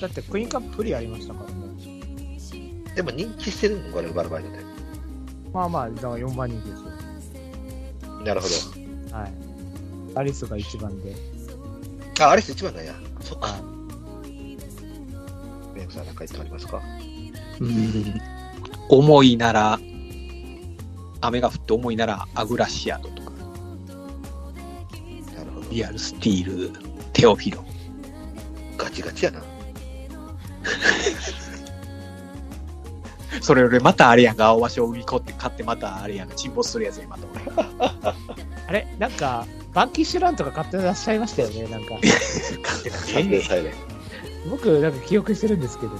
だって、クイーンカップ不利ありましたからね。でも人気してるのこれ、ウバーのバイトで。まあまあ、だから4番人気ですよ。なるほはい。アリスが1番で。ど。あ、アリス一番なんや。そっか。メイクさん、なんか言ってありますかうん、重いなら、雨が降って重いなら、アグラシアドとか、なるほど。リアルスティール、テオフィロ。ガチガチやな。それよりまたあれやんか、青葉賞売り子って買ってまたあれやんか、沈没するやつや、また俺。あれなんか、バンキッシュランとか買ってらっしゃいましたよね。なん か、買ってない三秒サイレン。僕、なんか記憶してるんですけどね。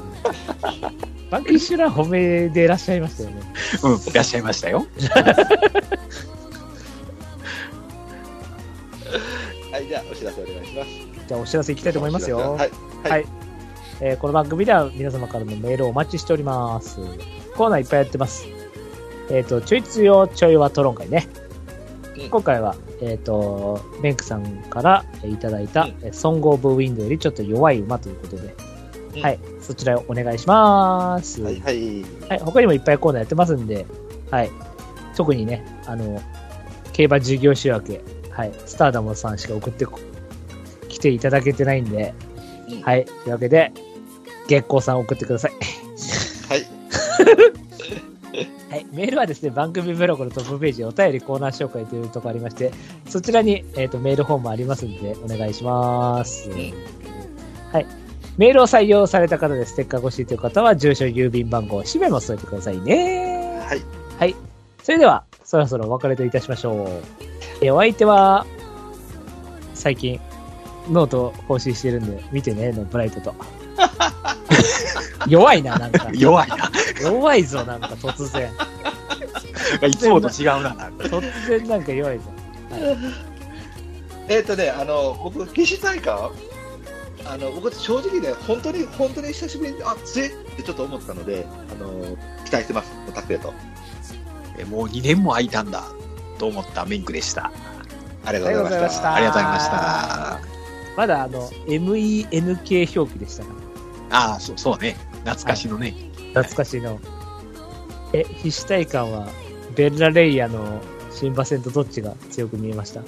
バンキッシュラン褒めでいらっしゃいましたよね。うん、いらっしゃいましたよ。はい、じゃあ、お知らせお願いします。じゃあ、お知らせいきたいと思いますよ。はい。えーこの番組では皆様からのメールをお待ちしております。コーナーいっぱいやってます。えっ、と、ちょいつよちょいはトロン会ね。うん今回は、えっ、と、メンクさんからえーいただいた、うんえーソングオブウィンドウよりちょっと弱い馬ということで、うんはい、そちらをお願いします。はい、はい。はい、他にもいっぱいコーナーやってますんで、はい、特にね、あの、競馬事業仕分け、はい、スターダムさんしか送ってこ来ていただけてないんで、うんはい、というわけで、月光さん送ってください。はい。はい、メールはですね、番組ブログのトップページ、お便りコーナー紹介というところありまして、そちらに、えー、とメールフォームありますんで、お願いします。はい。メールを採用された方でステッカーが欲しいという方は、住所、郵便番号、氏名も添えてくださいね。はい。はい。それでは、そろそろお別れといたしましょう。えーお相手は、最近、ノート更新してるんで、見てね、のブライト と。弱いな、なんか。弱い な。弱いぞ、なんか突然。いつもと違うな。なんか突然なんか弱いぞ。えっ、とね、あの、僕、岸大官、あの、僕、正直ね、本当に、本当に久しぶりに、あ、強いってちょっと思ったので、あの、期待してます、拓也と。えもう2年も空いたんだ、と思ったメンクでした。ありがとうございました。ありがとうございましあた。まだあの、MENK 表記でしたからああ、そうそうね。懐かしのね。懐かしいの。え、必死体感は、ベッラレイヤのシンバ戦とどっちが強く見えました